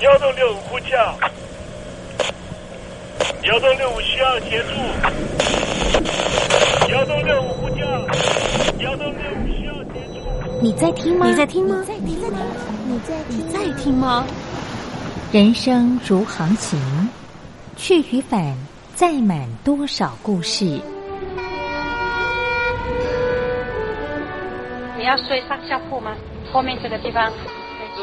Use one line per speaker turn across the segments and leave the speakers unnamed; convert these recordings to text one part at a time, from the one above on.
幺洞六五呼叫，幺洞六五需要协助，幺洞六五呼叫，幺洞六五需要协助，
你在听吗？
你在听吗
你在听吗？你在
你
听吗
在听吗？
人生如航行，去与返，载满多少故事。
你要睡上下铺吗？后面这个地方。
如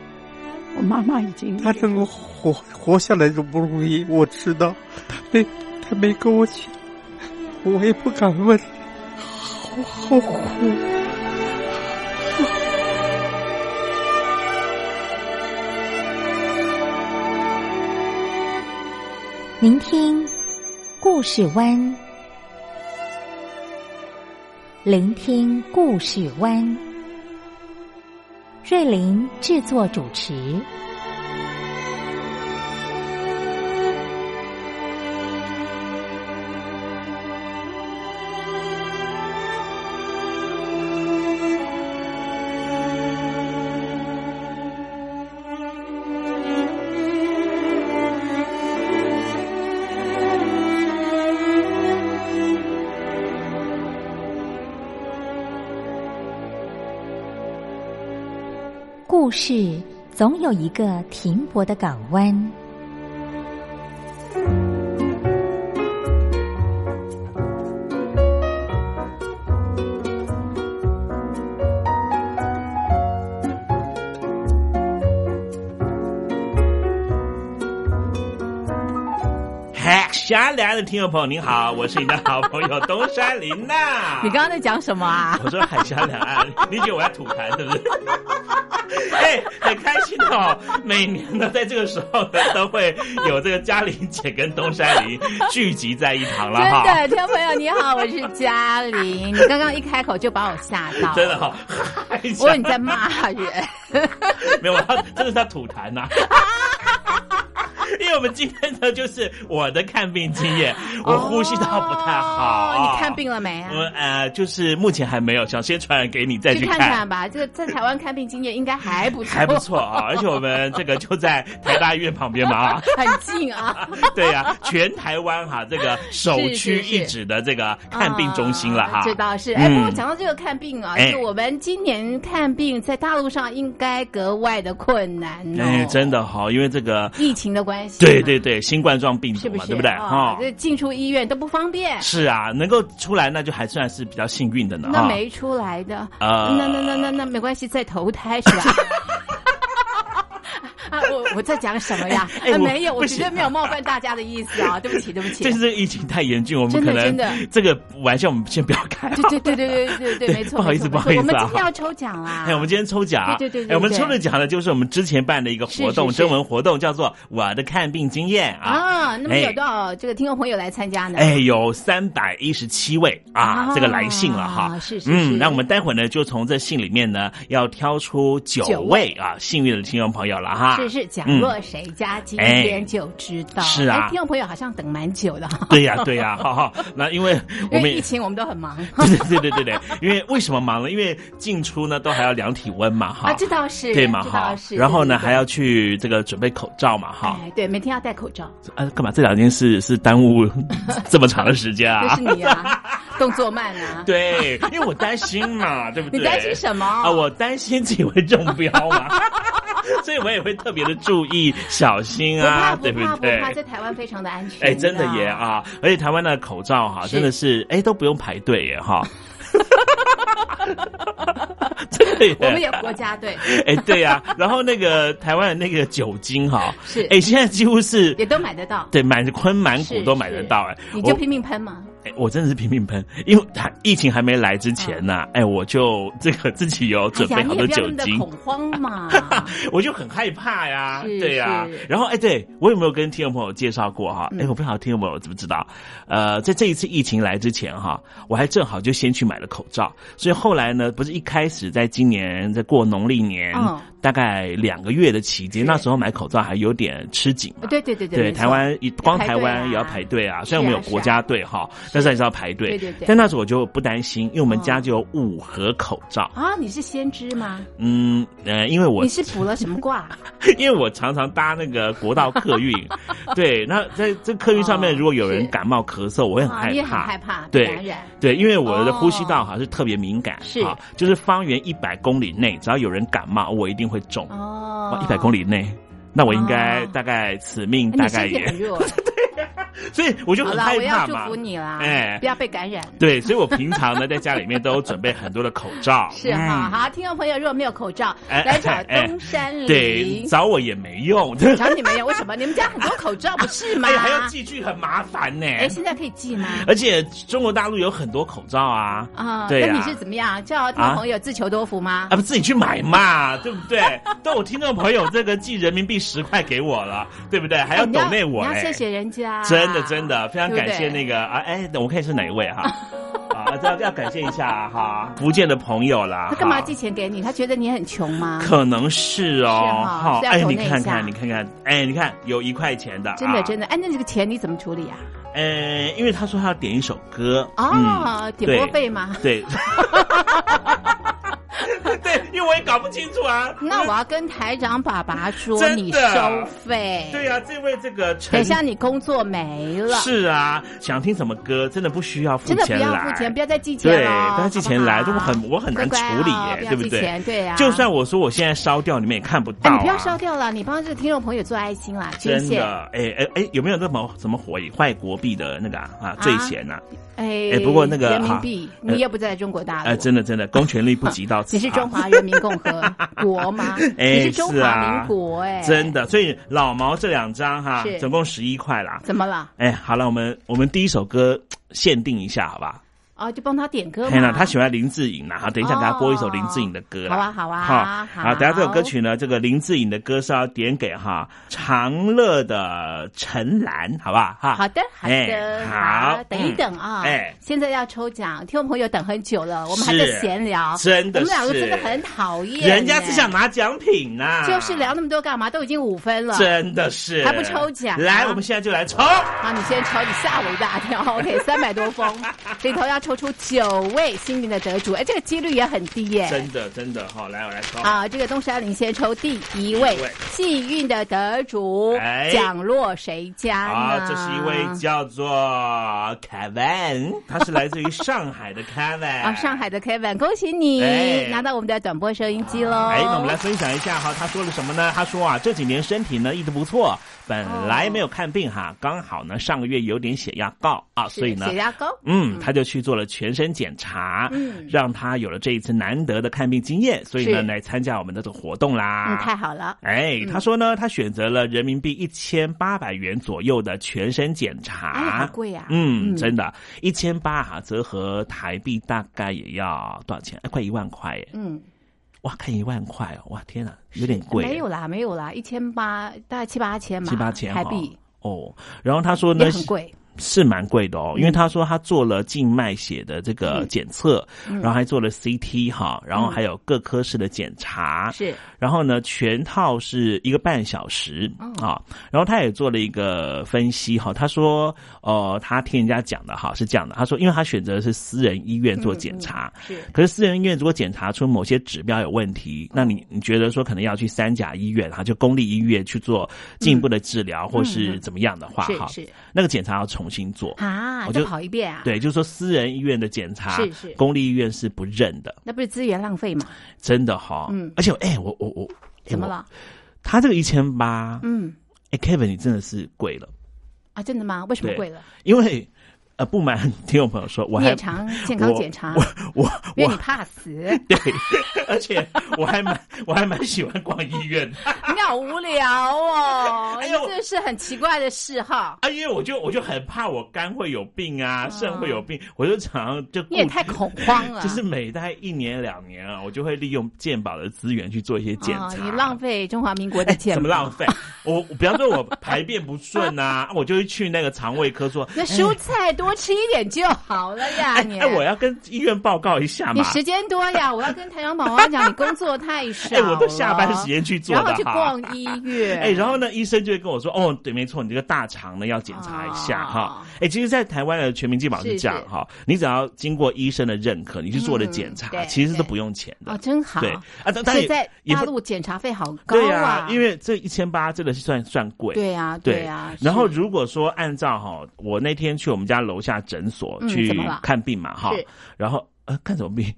我妈妈已经
他能够活活下来容不容易？我知道，他没他没跟我讲，我也不敢问，好好苦。
聆听故事湾，聆听故事湾。瑞林制作主持。故事总有一个停泊的港湾。
嗨，山来的听众朋友您好，我是你的好朋友东山林呐、
你刚刚在讲什么啊？
我说海峡两岸，你觉得我要吐痰对不对？ 哎，很开心哦！每年呢，在这个时候呢，都会有这个嘉玲姐跟东山林聚集在一堂了哈。
真的，听众朋友你好，我是嘉玲。你刚刚一开口就把我吓到，
真的哈、
我以为你在骂人。
没有，他真的是他吐痰啊呐、因为我们今天呢，就是我的看病经验，
哦
我呼吸道不太好。
哦你看病了没啊？
我呃，就是目前还没有，想先传染给你再哎
去
去
看看吧，这个在台湾看病经验应该还不错，
还不错 啊，而且我们这个就在台大医院旁边嘛啊。
很近啊。
对呀、全台湾哈、这个首屈一指的这个 看病中心了哈。
啊这倒是。哎，不过
嗯
讲到这个看病啊，
哎
就我们今年看病在大陆上应该格外的困难哦
哎，真的哈、因为这个
疫情的关系，
对对，对，新冠状病毒
是不
嘛，
是？
对不对
啊
哦
哈？
这进出医院都不方便，
是啊，能够出来那就还算是比较幸运的呢。
那
啊
没出来的，
啊
那那那那那没关系，再投胎是 吧？啊，我我在讲什么呀？
哎
啊
我
没有，我
不
绝
行
对没有冒犯大家的意 思啊！对不起，对不起。
这是疫情太严峻，我们
真
可能
的真的
这个玩笑我们先不要开。
对对对对对对对，没错，
不好意思
没错
不好意思啊
我们今天要抽奖啦！
哎，我们今天抽奖啊，
对对对对
哎我们
对
抽的奖呢，就是我们之前办的一个活动，
是是是
征文活动，叫做“我的看病经验”啊。
啊，那么有
哎
多少这个听众朋友来参加呢？
哎，有三百一十七位啊，
啊
这个来信了哈。
是是是
嗯，那我们待会儿呢，就从这信里面呢，要挑出九
九位
位啊，幸运的听众朋友了哈。
是是，
嗯
讲落谁家今
哎
天就知道。
是啊
哎听众朋友好像等蛮久的哈。
对呀、对呀、哈哈。那因为我
因
们
为疫情我们都很忙。
对对对对对，因为为什么忙呢？因为进出呢都还要量体温嘛，哈，
啊这倒是
对嘛
这倒
哈
是。
然后
对
呢
对对
还要去这个准备口罩嘛，哈。
哎，对，每天要戴口 罩，
啊，干嘛这两件事是耽误 这么长的时间
就
啊
是？你啊，动作慢啊。
对，因为我担心 嘛，对不对？
你担心什么
啊？我担心自己会中标嘛， 所以我也会特别的注意、小心
不怕
啊，
不
对
怕不
对？
怕，在台湾非常的安全。
哎，真的耶！啊！而且台湾的口罩哈、
是
真的是哎都不用排队耶 哈，真的耶。
我们也国家队，
哎，对呀、然后那个台湾的那个酒精哈，
是
哎，现在几乎是
也都买得到，
对满昆满谷
是
都买得到哎，
你就
我
拼命喷嘛。
哎，我真的是频频喷，因为他疫情还没来之前呐、哎，我就这个自己有准备
啊哎呀
好
你
多
也不要
酒
那么的
精，
恐慌 嘛。
我就很害怕呀，
是
对呀
是。嗯
然后哎，对我有没有跟听众朋友介绍过哈？哎，我不晓得听众朋友知不知道？呃，在这一次疫情来之前哈，我还正好就先去买了口罩，所以后来呢，不是一开始在今年在过农历年
嗯
大概两个月的期间，那时候买口罩还有点吃紧嘛。
对对对
对，
没错
台湾一光
排
台
队
湾
啊
也要排队啊，虽
是
然我们
啊
有
是
国
啊
家队哈，但是还是要排队。
对对对
但那时候我就不担心，因为我们
嗯
家就有五盒口罩。
啊，你是先知吗？
嗯呃，因为我
你是卜了什么卦？
因为我常常搭那个国道客 运，对，那在这客运上面，
哦
如果有人
是
感冒咳 嗽，我会很
啊
害
你也很
怕，
害怕被感
对
染
对，因为我的呼吸道哈是特别敏感，
是
啊就是方圆一百公里内，只要有人感冒，我一定会中。
哦
哇，一百公
里，
里内，那我应该
哦
大概此命
哎
大概
你身体
也，
很弱。
所以 我就
好
很
啦，
害
我要
怕
祝
嘛
福。你啦，
哎
不要被感染。
对，所以我平常呢在家里面都有准备很多的口罩，
是哈，好，听众朋友，如果没有口罩，
哎
来找
哎哎
东山
对，
林。
找我也没用，对，
找你们呀？为什么？你们家很多口罩不是吗
哎？还要寄去很麻烦呢。
哎，现在可以寄吗？
而且中国大陆有很多口罩啊，
啊，
对
那你
啊
是怎么样？叫听众朋友自求多福吗
啊？不自己去买嘛，对不对？ 都有听众朋友这个寄人民币十块给我了，对不对？还要
哎你
抖内我
你要
哎
谢谢人家，
真的真的，非常感谢那
个。
个啊，哎，我看是哪一位 哈？啊，这要要感谢一下啊哈，福建的朋友啦。
他干嘛
哈
寄钱给你？他觉得你很穷吗？
可能是哦，
啊是哈
好
是要
哎，
抖
你
内一
看
下
看，你看看，哎，你看有一块钱的，
真的真
的，
的，哎，那这个钱你怎么处理啊？
呃，因为他说他要点一首歌，
哦
嗯，
点播
对
费吗？
对，对，因为我也搞不清楚啊。
那我要跟台长爸爸说
真，的
你收费。
对啊，这位这个陈
等一下你工作没了，
是啊，想听什么歌，真的不需要付
真的不
钱
要
来，
付钱，不要再寄钱
对，
了，
不要寄钱来，
好
这
不
我
好
很我很难处
乖乖哦
理耶，对
不要寄
对
钱？？对啊，
就算我说我现在烧掉，你们也看不到
哎，
啊。
你不要烧掉了，你帮这个听众朋友做爱心啦，捐
真
献
的。，哎哎哎，有没有那么什么火坏国币的那个啊啊罪嫌呐？
哎
哎不过那个
人民
哈
币，
呃
你也不在中国大
哎，
陆，
真的真 的，公权力不及到此。
啊你是中
啊
华人民共和 国吗？
哎
你是中
是
华
啊
民国哎，
真的，所以老毛这两张哈
是，
总共十一块啦。
怎么了？
哎，好了，我们我们第一首歌限定一下，好吧？
哦，就帮他点歌
天
嘛
呐，。他喜欢林志颖啦，好，等一下给他播一首林志颖的歌啦。
好哦啊好啊
哈好，
好
等一下这首歌曲呢，这个林志颖的歌是要点给哈长乐的陈岚，好不好？哈，
好的，好的，
哎好，
等一等啊！
嗯哎，
现在要抽奖，听众朋友等很久了，我们还
是
在闲聊，
真的
我们两个
是
真的很讨厌，
人家是想。拿奖品呐，
就是聊那么多干嘛？都已经五分了，
真的啊是
还不抽奖
来，
啊
我们现在就来抽。
啊！你先抽，你吓我一大 跳。OK，三百多封，里头要抽出九位幸运的得主，哎，这个几率也很低耶。
真的真的哈，来我来抽。
啊，这个东山林先抽第一位
第一位
幸运的得主
哎，
奖落谁家
好，
呢？
这是一位叫做 Kevin，他是来自于上海的 Kevin。
啊，上海的 Kevin，恭喜你、
哎
拿到我们的短波收音机喽！
哎，那我们来分享一下哈，他说了什么呢？他说啊，这几年身体呢一直不错，本来没有看病哈，刚好呢上个月有点血压高啊，
哦是
所以呢。
血压高，
嗯，他就去做了全身检查，
嗯
让他有了这一次难得的看病经验，所以呢
是
来参加我们的这个活动啦。
嗯，太好了，
哎，他说呢，他选择了人民币一千八百元左右的全身检查，
哎好贵啊
嗯，
嗯
真的，一千八哈，折合台币大概也要多少钱？哎，快一万块耶！
嗯，
哇，看一万块哦，哇，天哪，有点贵耶，
没有啦，没有啦，一千八，大概七八千吧，
七八千
台
哦
币
哦。然后他说
也
呢，
很贵，嗯
是蛮贵的哦，因为他说他做了静脉血的这个检测，
嗯
然后还做了 CT 哈，然后还有各科室的检查，
是
然后呢，全套是一个半小时
哦
啊。然后他也做了一个分析哈，他说，呃，他听人家讲的哈是这样的，他说，因为他选择的是私人医院做检查，
嗯是
可是私人医院如果检查出某些指标有问题，
哦
那你你觉得说可能要去三甲医院啊哈，就公立医院去做进一步的治疗、或是怎么样的话
嗯是
哈，
是
那个检查要重新做。
啊，
我
再
就
跑一遍啊，，
对，就是说私人医院的检查，
是是
公立医院是不认的，
那不是资源浪费嘛？
真的哈。
嗯
而且哎、我我我，哎
怎么？
我
了？
他这个一千八，
嗯
哎，Kevin，你真的是贵了，
啊，真的吗？为什么
对
贵了？
因为。呃，不瞒听众朋友说，我还
夜长健康检查
我，我
因为
我
你怕 死，
对， 而且我还蛮我还蛮喜欢逛医院的。
你好无聊哦，
哎
你
呦
这是很奇怪的嗜好。
啊，因为我就我就很怕我肝会有病啊，肾会有病，我就常常就
哦你也
顾
太恐慌了，
就是每大概一年两年啊，我就会利用健保的资源去做一些检查。
啊你浪费中华民国的 钱，
怎么浪？费？我我比方说我排便不顺啊， 我就会去那个肠胃科说，
那蔬菜多吃一点就好了呀，
哎
你。啊
哎，我要跟医院报告一下
你
嘛。
时间多呀！我要跟台长宝宝讲，你工作太少
哎，
了。
我都下班时间去做
然
的哈。
后去逛医院。
哎，然后呢，医生就会跟我说，哦，对，没错，你这个大肠呢要检查一下哈
啊。
哎，其实，在台湾的全民健保是这样
是是
哈，你只要经过医生的认可，你去做的
嗯
检查
对
其实都
对
不用钱的
哦，。真好。
对啊，但但
所
也
以在
也
大
不
陆检查费好高
对
啊，
因为这一千八真的是算算贵。
对呀，
对
呀。
然后
是
如果说按照哈，我那天去我们家楼下诊所
嗯
去
怎么了
看病嘛哈
是，
然后呃看什么 病？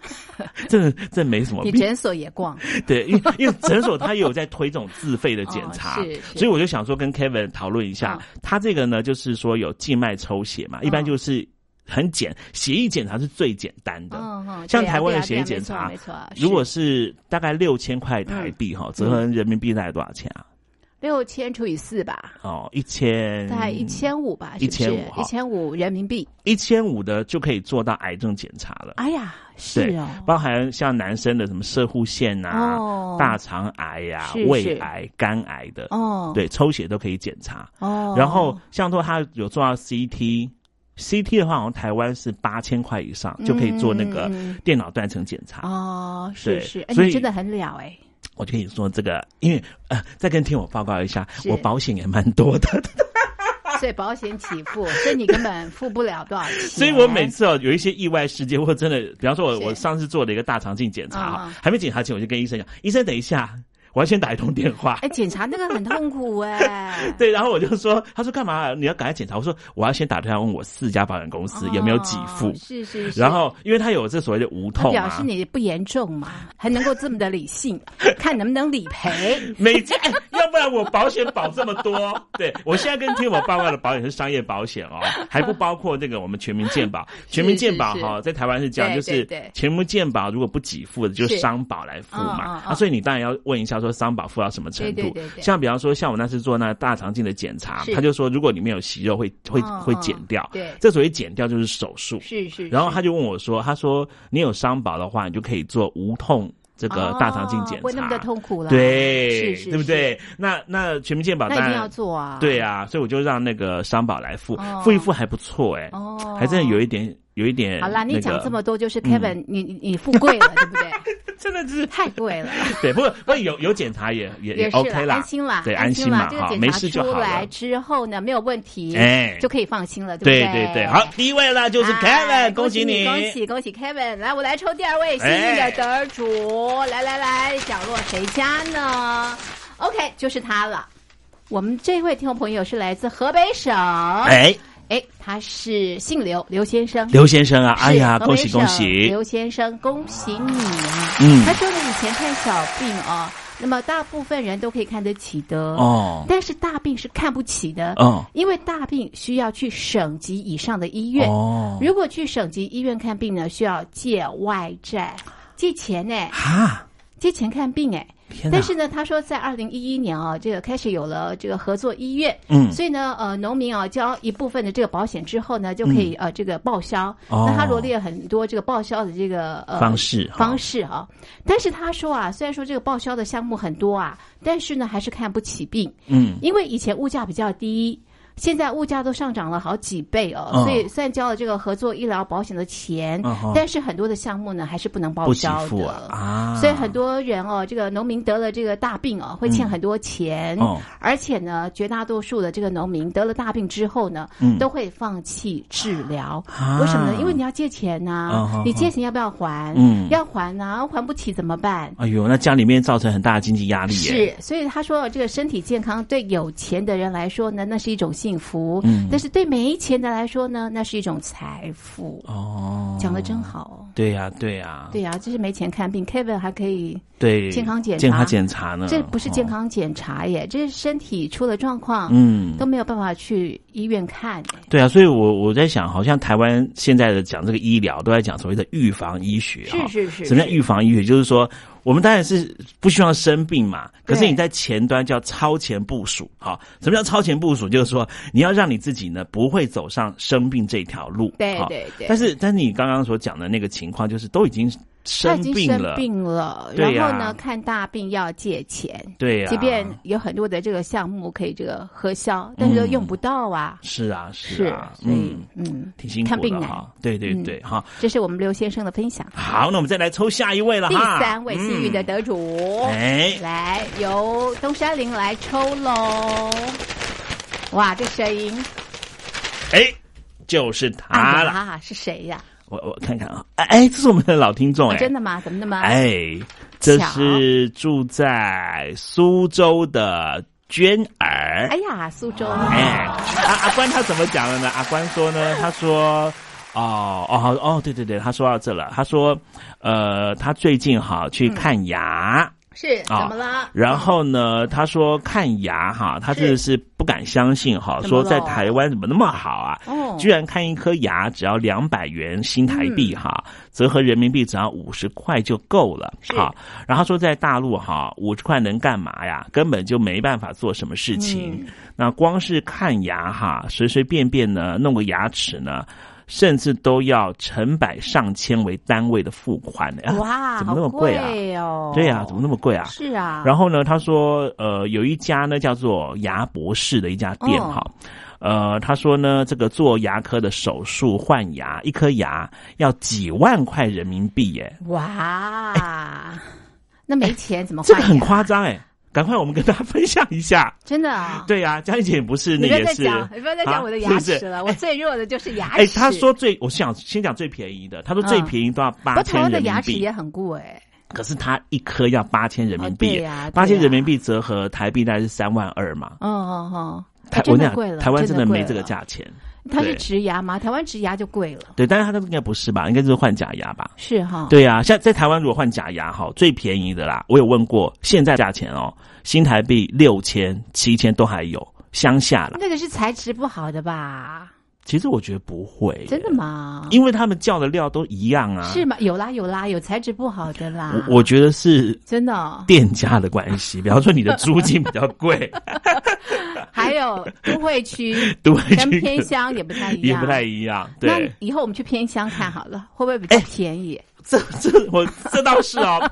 这这没什么
你
病，
诊所也 逛，
对，因为因为诊所它也有在推这种自费的检查
哦是，是
所以我就想说跟 Kevin 讨论一下
嗯，
他这个呢就是说有静脉抽血嘛，一般
嗯
就是很简，血液检查是最简单的，
嗯嗯，
像
对呀
台湾
对
的
呀
血
对
液
呀
检
没错
查
没错。
如果是大概六千块
嗯
台币哈，折合人民币大概多少钱啊？
六千除以四吧，
哦，一千，
大概一千五吧，是不是
1500哈
一千五人民币。
一千五的就可以做到癌症检查了。
哎呀，是
对
哦，，
包含像男生的什么射护腺啊、
哦
大肠癌呀、
是
胃
是
癌、肝癌的，
哦，
对，抽血都可以检查。
哦，
然后像说他有做到 CT。CT 的话，好像台湾是八千块以上、就可以做那个
嗯嗯嗯
电脑断层检查。
哦，是
对
是，哎，
所以
你真的很了哎。
我就跟你说这个，因为呃，再跟听我报告一下，
是
我保险也蛮多的，
所以保险起付，所以你根本付不了多少钱。
所以我每次哦有一些意外事件，或真的，比方说我
是
我上次做了一个大肠镜检查
嗯
哈
嗯，
还没检查前我就跟医生讲，医生等一下，我要先打一通电话。。
哎检查那个很痛苦哎
对，然后我就说，他说干嘛？你要赶快检查。我说我要先打电话问我四家保险公司
哦，
有没有给付。
是是是。
然后，因为他有这所谓的无痛
表示
啊，
你不严重嘛，还能够这么的理 性，看能不能理赔。
每家、哎 要不然我保险保这么多。对我现在跟听我报告的保险是商业保险 哦，还不包括那个我们全民健保。全民健保
是
哈、在台湾是这样，
对
就
对
是
对
全民健保如果不给付的，就是商保来付嘛
嗯。嗯
啊，
嗯
所以你当然要问一下说商保付到什么程
对对
度
对对。
像比方说，像我那次做那大肠镜的检查
是，
他就说如果里面有息肉会会
嗯
会
嗯
剪掉。
对
这所谓剪掉就是手术。
是是。
然后
是
他就问我说：“他说你有伤保的话，你就可以做无痛这个大肠镜检查，
哦不会那么的痛苦了。
对，
是是
对不？对？那那全民健保
是那
当
一定
然
要做啊。
对。啊，所以我就让那个商保来付，
哦
付一付还不错哎、
哦
还真的有一点有一点、那
好
个。嗯
啦，你讲这么多，就是 Kevin，你你你富贵了，对不对？
真的是
太贵了。
对，不过不过有有检查也也
也是
OK 啦，
安心啦，
对，
安
安
啦
嘛
这个
哈，
检
没
查
事就
出
好
来
了。
之后呢，没有问题，
哎
就可以放心了，对不
对
对
对对，好，第一位啦，就是 Kevin，、
哎
喜你，
恭喜恭喜 Kevin！来，我来抽第二位幸运的
哎
得主，来来来，角落谁家呢？OK，就是他了。我们这位听众朋友是来自河北省，哎，
哎，
他是姓刘，刘先生。
刘先生啊，哎
是
呀，
河
恭
北
喜恭
省
喜，
刘先生，恭喜你啊！
嗯
他说呢，以前看小病哦，那么大部分人都可以看得起的
哦
但是大病是看不起的
哦
因为大病需要去省级以上的医院，
哦
如果去省级医院看病呢，需要借外债。借钱呢、
哈，
借钱看病哎、
天哪
但是呢，他说在二零一一年啊，这个开始有了这个合作医院，
嗯
所以呢，呃，农民啊交一部分的这个保险之后呢，就可以、呃这个报销。
嗯哦
那他罗列了很多这个报销的这个呃
方式哈
方式啊。但是他说啊，虽然说这个报销的项目很多啊，但是呢还是看不起病，
嗯
因为以前物价比较低。现在物价都上涨了好几倍哦，
嗯
所以虽然交了这个合作医疗保险的钱，
嗯哼
但是很多的项目呢还是不能报
不给
销的
付啊啊
所以很多人哦，这个农民得了这个大病哦，会欠很多钱，
哦
而且呢，绝大多数的这个农民得了大病之后呢，
嗯
都会放弃治疗。
啊
为什么呢？因为你要借钱呐、
哦哦
你借钱要不要还？
嗯
要还呐、还不起怎么办？
哎呦，那家里面造成很大的经济压力哎耶。
是，所以他说，这个身体健康对有钱的人来说呢，那是一种幸福；
嗯
但是对没钱的来说呢，那是一种财富。
哦，
讲的真好哦。
对呀、对呀、
对呀、啊这是没钱看病，Kevin 还可以，
对
健康检查
健康检查呢？
这不是健
哦，
康检查耶，这是身体出了状况，
嗯
都没有办法去医院看耶。
对啊，所以我我在想，好像台湾现在的讲这个医疗，都在讲所谓的预防医学啊、
是是是
什么叫预防医学？就是说，我们当然是不希望生病嘛，可是你在前端叫超前部署。好、什么叫超前部署？就是说，你要让你自己呢不会走上生病这条路。
对
好
对对
但是，但是你刚刚所讲的那个情况，就是都已经
他
生
已经
病
生
了，
病了，
对呀
然后呢，看大病要借钱，
对呀、
即便有很多的这个项目可以这个核销，但是都用不到啊。
是啊，
是
是啊，
所以
嗯，
嗯，
挺辛
看
苦
病
的
难
哈。对对
嗯
对，哈。
这是我们刘先生的分享。
好，那我们再来抽下一位了
第
啊哈。
三位幸运的得主，
嗯哎
来由东山林来抽喽！哇，这声音
哎，就是他了。
啊，是谁呀、
我我看看啊，哎哎，这是我们的老听众
啊
哎，
真的吗？怎么那么
哎，这是住在苏州的娟儿
哎。呀，苏州，
哎，阿阿关他怎么讲的呢？阿关说呢，他说。哦哦好哦，对对对，他说到这了。他说，呃，他最近哈去
嗯
看牙，
是怎
啊
么了？
然后呢，他说看牙哈，他真的是不敢相信哈，
怎么
说
了
在台湾怎么那么好啊？
哦
居然看一颗牙只要两百元新台币哈，
嗯
折合人民币只要五十块就够了
是
哈。然后说在大陆哈，五十块能干嘛呀？根本就没办法做什么事
嗯
情。那光是看牙哈，随随便便呢弄个牙齿呢。甚至都要成百上千为单位的付款呢、啊
哇，
怎么那么
好
贵啊？
贵 哦！
对呀、怎么那么贵啊？
是啊，
然后呢，他说，呃，有一家呢叫做牙博士的一家店
哦
哈。呃，他说呢，这个做牙科的手术换牙，一颗牙要几万块人民币耶，
哇， 那没钱怎么
这
换
个
呀？
很夸张哎！赶快我们跟大家分享一 下。
真的啊！
对呀、江怡姐不是那
你不要
也
再
是
讲，你不要再
啊
讲我的牙
是
齿
不是
了，我最弱的就是牙齿。
哎，他说最，我想先讲最便宜的，他说最
嗯
便宜都要八
我台
千
湾
人
的
民
牙齿
币，
也很贵，
可是他一颗要八千人民
哦
币
对呀
耶，八千、
对呀
人民币折合台币大概是三万二嘛。
哦哦哦，
台
哎
我跟
真的
你
贵
讲，
了，
台湾真的没
贵
这个
了。
价钱。
它是
对
植牙吗？台湾植牙就贵了，
对，但是他那个应该不是吧？应该就是换假牙吧？
是哈？，
对呀、像在台湾如果换假牙哈，最便宜的啦，我有问过，现在价钱哦，新台币六千、七千都还有，乡下啦。
那个是材质不好的吧？
其实我觉得不会，
真的？吗？
因为他们叫的料都一样啊。
是吗？有啦有啦，有材质不好的啦。
我我觉得是
真的哦、
店家的关系，比方说你的租金比较贵，
哦还有都会区
都会区
跟偏乡也不太 一
也
样，
不太一样。对哎
那，以后我们去偏乡看好了，会不会比较便宜？
这 这我这倒是哦，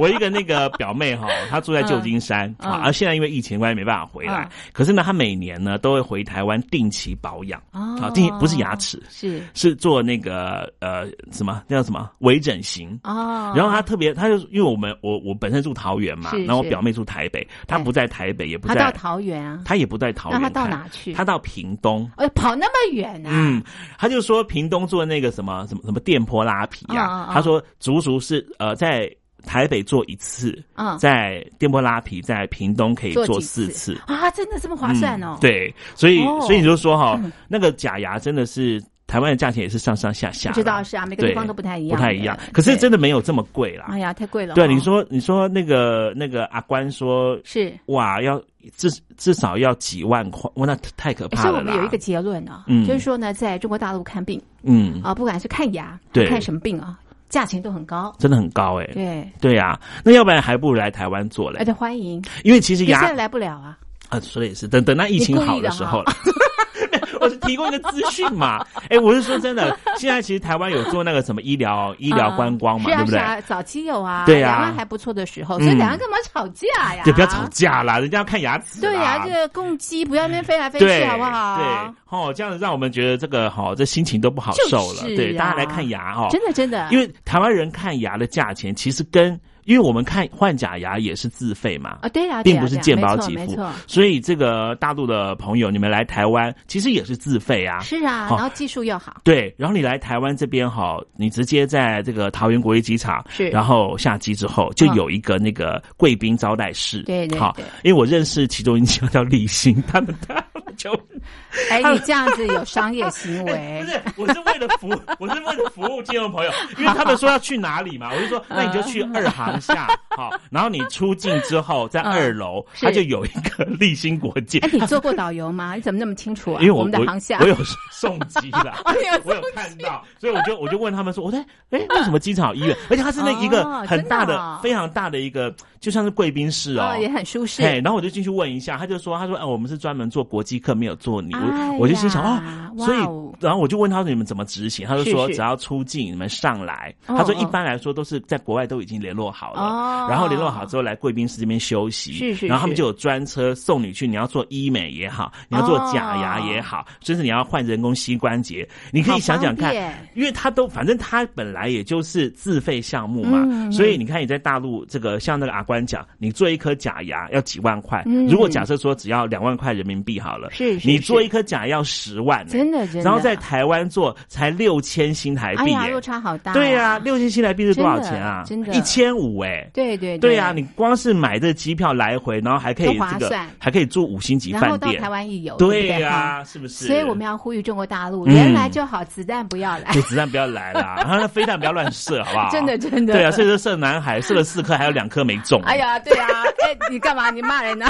我一个那个表妹哈、她住在旧金山、
嗯
啊，
嗯
而现在因为疫情关系没办法回来，
嗯
可是呢，她每年呢都会回台湾定期保养、
哦
啊，定期不是牙齿，
是
是做那个呃什么那叫什么微整形。
哦，
然后她特别，她就因为我们我我本身住桃园嘛
是，
然后我
是
表妹住台北，她不在台北，也不
他到
在，
桃园啊，
她也不在桃园
那
看，
她到哪去
她到屏东，
哎，跑那么远啊，
嗯，他就说屏东做那个什么什么什么电波拉皮
嗯嗯
啊，
嗯
他说足足是呃在台北做一次，
嗯
在电波拉皮在屏东可以
做
做
几
四
次
次，
啊，真的这么划
嗯
算哦？，
对，所以
哦
所以你就说哈，那个假牙真的是台湾的价钱也是上上下下
不
啦，
知道是啊，每个地
对
方都不太一
不
样，
太一样，可是
对
真的没有这么贵啦
哎。呀，太贵了哦。
对，你说你说那个那个阿关说。
是，
哇，要至至少要几万块，哇，那太可怕
哎所以
了
我
啦！
们有一个结论啊，
嗯
就是说呢，在中国大陆看病
嗯，
啊，不管是看牙，
对
看什么病啊，价钱都很高。
真的很高哎、
对，
对呀、那要不然还不如来台湾做
而
嘞
且，欢迎，
因为其实
哎你现在
牙
来不了啊。
啊，说的也是，等等那疫情好时候了。 我是提供一个资讯 嘛，哎，我是说真的，现在其实台湾有做那个什么医疗医疗观光嘛，
是啊
对不对？
是啊，早期有啊，
对啊
两岸还不错的时候，所以
嗯
两岸干嘛吵架呀？
就不要吵。架啦，人家要看牙齿啦。啊
啊对啊呀，这个公鸡不要那边飞来飞去，
对，
好不好
对？，哦，这样子让我们觉得这个哈、哦，这心情都不好
就是
受了。对，
啊
大家来看牙哦，
真的啊真的，
因为台湾人看牙的价钱其实跟，因为我们看换假牙也是自费嘛，
啊，对呀，对
并
呀
不是
对呀
健保给
没
付啊
错，，
所以这个大陆的朋友，你们来台湾其实也是自费啊
没错。是啊，
好
然后技术 又好，
对，然后你来台湾这边哈，你直接在这个桃园国际机场，
是嗯
然后下机之后就有一个那个贵宾招待室，
对对
好
对，
因为我认识其中一家叫立新，他们他们求你。
哎，你这样子有商业 行为
哎不，是，我是为了服， 我是为了服务金融朋友，因为他们说要去哪里嘛，我就说
嗯
那你就去二航下，好，然后你出境之后在二楼，
嗯是
它就有一个 立新国际
哎，，你做过导游吗？你怎么那么清楚啊？
因为我
们的
我
航厦
我有送机啦
哦你有，
我有看到， 所以我就我就问他们说，我在哎为什么机场有医院？而且它是那一个
哦
很大
真的哦
的、非常大的一个，就像是贵宾室哦
哦，也很舒适。
哎，然后我就进去问一下，他就说，他说，哎，我们是专门做国际课，没有做你。
哎
我我就心想，
呀
哦，所以
哇哦，
然后我就问他说，你们怎么执行？他就是说，
是
只要出境，你们上来。
哦
他说，
哦
一般来说都是在国外都已经联络好了，
哦
然后联络好之后来贵宾室这边休息，
是是
然后他们
是
就有专车送你去，你要做医美也好，你要做假牙也好，甚至你要换人工膝关节，你可以
哦好
想想
方
看
便，
因为他都反正他本来也就是自费项目嘛，
嗯嗯
所以你看你在大陆这个像那个阿关讲，你做一颗假牙要几万块，
嗯
如果假设说只要两万块人民币好了，
是是
你做
是
一颗假牙要十万、欸，
真的真的
然后在台湾做才六千新台
哎
币、
呀，
欸
落，差好大。
对呀、，六千新台币是多少钱啊？
真的真的
一千五哎。
对对
对呀、你光是买这机票来回，然后还可以
就划
这个
算，
还可以住五星级
然后
饭
到
店
台，湾一游，
对
不
呀、
哈
是不是？
所以我们要呼吁中国大陆，
嗯
人来就好，子弹不要来
对，子弹不要来啦，然后那飞弹不要乱射，好不好？
真的真的
对啊，所以说射南海射了四颗，还有两颗没中。
哎，呀，对呀，哎，你干嘛？你骂人呢？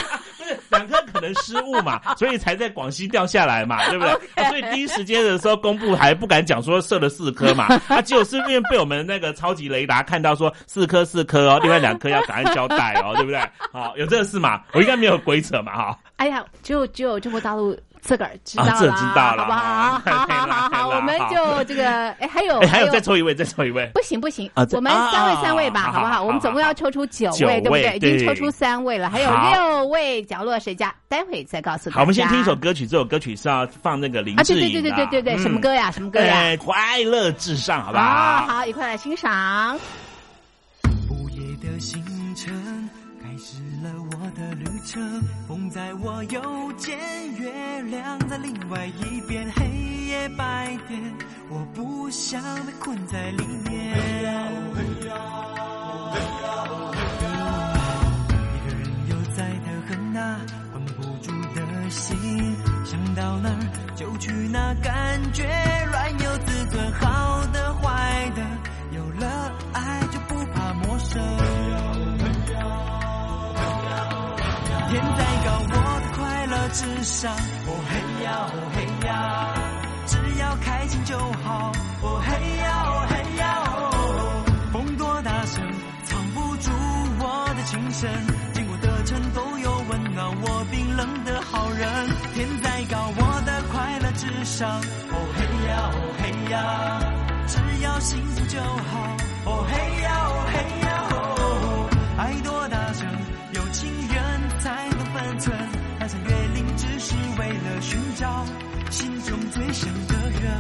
不是两颗可能失误嘛，所以才在广西掉下来嘛，对不对
OK
啊所以第一时间的时候公布还不敢讲说射了四颗嘛，啊，只有是因为被我们那个超级雷达看到说四颗四颗哦，另外两颗要赶快交代哦，对不对？好，有这个事嘛？我应该没有鬼扯嘛哈。
哎呀，只有只有中国大陆自个儿知道
啊自个儿知道
好
啦
不好？ 好好好好，我们就这个，哎，还有
哎，还有再抽一位，再抽一位。
不行不行
啊，这
我们三位
啊
三位吧，
好
好不
好
好？
好
我们总共要抽出九位，
九
对不
位
对？已经
对
抽出三位了，还有
好
六位角落谁家，待会再告诉大家。
好，我们先听一首歌曲，这首歌曲是要放那个林
啊，
志
对对
颖的，
对对对对对，
嗯
什么歌呀？什么歌呀？
哎快乐至上，好不
啊，
好？
好，一块来欣赏。
午夜的星辰开始了我的旅程，风在我右肩，月亮在另外一边，黑夜白天，我不想被困在里面。一个人悠哉的很呐，管不住的心，想到哪儿就去哪儿，感觉软有自尊，好的坏的，有了爱就不怕陌生。天再高，我的快乐至上，哦嘿呀哦嘿呀，只要开心就好，哦嘿呀哦嘿呀哦。风多大声，藏不住我的情深。经过的城都有温暖我冰冷的好人。天再高，我的快乐至上。哦嘿呀，哦嘿呀，只要幸福就好。哦嘿呀，哦嘿呀，哦，爱多大声，有情人才懂分寸。翻山越岭只是为了寻找心中最深的人。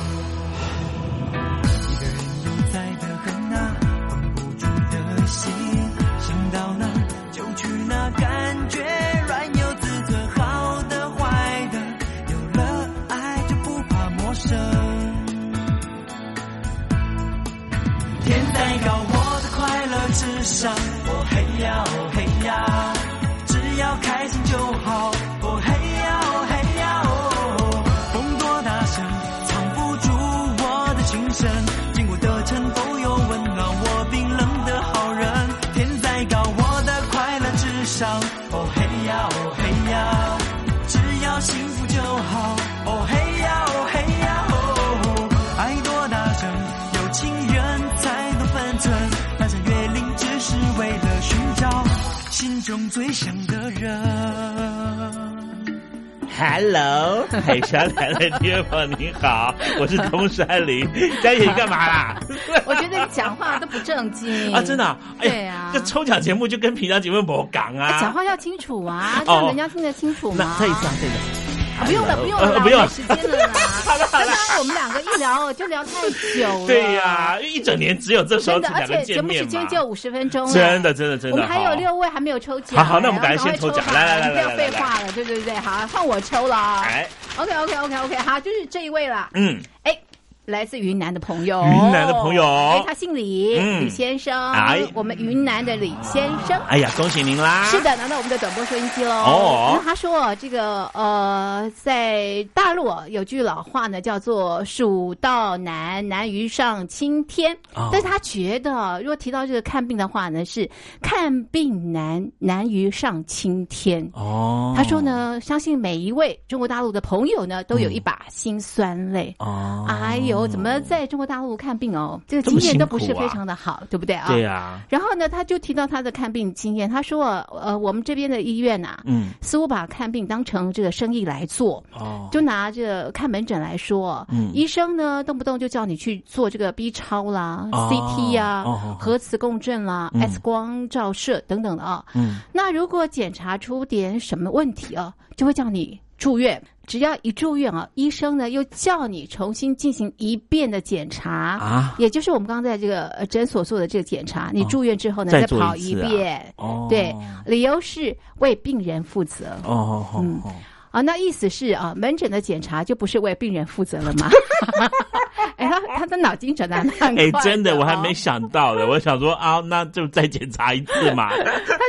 一个人悠哉的很啊，管不住的心，想到哪儿就去哪儿，感觉软有自尊，好的坏的，有了爱就不怕陌生。天再高，我的快乐至上，哦嘿呀哦嘿呀，只要开心就好，哦嘿呀哦嘿呀哦，风多大声，藏不住我的情深，经过的城都有温暖我冰冷的好人。天再高，我的快乐至上，哦嘿呀哦嘿呀，只要幸福就好，哦嘿呀哦嘿呀哦，爱多大声，有情人才懂分寸，翻山越岭只是为了寻找心中最想的人。
Hello，海峡来了，爹宝你好，我是东山林。佳姐，你干嘛啦？
我觉得你讲话都不正经
啊，真的、啊，哎呀
嗯对啊
这抽奖节目就跟平常节目不讲
哎
啊。
讲话要清楚啊，
哦
让人家听得清楚
那
嘛。
啊可以这样，这个。
不用了，不用了
呃
啦，
不用
没时间了啦。
好了好
刚
了
刚我们两个一聊就聊太久了。
对呀、因为一整年只有这时候只
真的，而
两个
且节
见
目时
面
间
嘛。
只有五十分钟了。
真的真的真的
我们还有
好
六位还没有抽奖。
好好那我们
赶
赶快先抽奖
快
来来来
不要
来来
废
来
话了，对对对，好，换我抽了啊。
哎，
OK OK OK OK，好，就是这一位啦。
嗯，
哎，来自云南的朋友，
云南的朋友
哎，他姓李，
嗯
李先生，
哎
我们云南的李先生。
哎呀，恭喜您啦！
是，的，拿到我们的短波收音机喽。
哦
那他说这个呃，在大陆有句老话呢，叫做“蜀道难，难于上青天”
哦
但是他觉得，如果提到这个看病的话呢，是“看病难，难于上青天”
哦，
他说，呢，相信每一位中国大陆的朋友呢，都有一
嗯
把辛酸泪。
哦，
哎呦，怎么在中国大陆看病哦？这个
这么
经验
辛
都不
苦
是
啊
非常的好，对不对啊？
对呀、
然后呢，他就提到他的看病经验，他说：“呃，我们这边的医院呐、
嗯，
似乎把看病当成这个生意来做。
哦，
就拿这看门诊来说，
嗯
医生呢动不动就叫你去做这个 B 超啦、
哦
CT 呀、
哦哦哦
核磁共振啦、
嗯
X 光照射等等的啊。
嗯，
那如果检查出点什么问题啊，就会叫你住院。只要一住院啊，医生呢又叫你重新进行一遍的检查
啊，
也就是我们刚刚在这个呃诊所做的这个检查。你
哦
住院之后呢，
再
再
做
跑
一次啊
遍。
哦，
对，理由是为病人负责
哦哦哦，
嗯
哦
啊，那意思是啊，门诊的检查就不是为病人负责了吗？ 哎，他他的脑筋转的很快、
哎，真的，
的，哦
我还没。想到呢。我想说啊，那就再检查一次 嘛。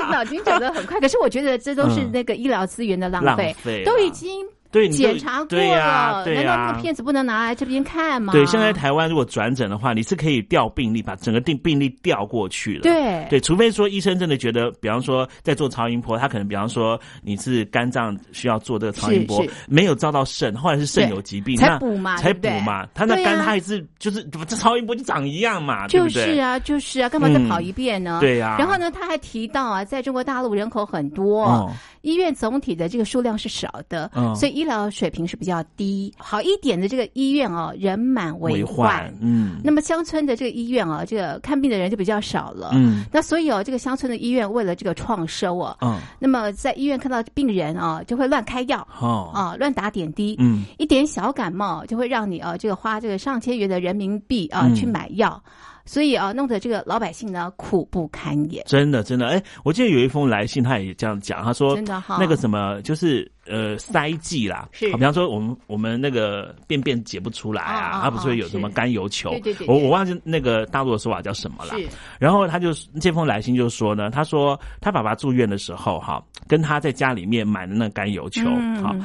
他脑筋转的很快，可是我觉得这都是那个医疗资源的浪
嗯浪
费，
费
都
啦
已经
对，你就
检查过
对呀、
了，
对
难
呀、
道那个片子不能拿来这边看吗？
对，现在台湾如果转诊的话，你是可以调病例，把整个病病例调过去的。
对
对，除非说医生真的觉得，比方说在做超音波，他可能比方说你是肝脏需要做这个超音波
是是，
没有照到肾，或者是肾
对
有疾病，
才
那
补嘛
才
对不
补
对
嘛。他那
对
肝
啊
他还是就是这超音波就长一样嘛，对
就
不
是
对？
啊，就是啊，干嘛再
嗯
跑一遍呢？
对呀
然后呢，他还提到啊，在中国大陆人口很多，
哦
医院总体的这个数量是少的，
嗯
所以医疗水平是比较低。好一点的这个医院哦，人满为
为患，嗯
那么乡村的这个医院啊，这个看病的人就比较少了。
嗯
那所以哦，这个乡村的医院为了这个创收啊，
嗯
那么在医院看到病人啊，就会乱开药
哦
啊，乱打点滴。
嗯
一点小感冒就会让你啊，这个花这个上千元的人民币啊、
嗯
去买药，所以啊，弄得这个老百姓呢苦不堪言。
真的，真的，哎，我记得有一封来信，他也这样讲，他说
真的哈
那个什么，就是呃塞剂啦，
是
好比方说我们我们那个便便解不出来啊
啊，啊
他不是会有
是
什么甘油球，
对对对对
我我忘记那个大陆的说法叫什么啦。
是
然后他就这封来信就说呢，他说他爸爸住院的时候哈，跟他在家里面买的那个甘油球，
嗯
好，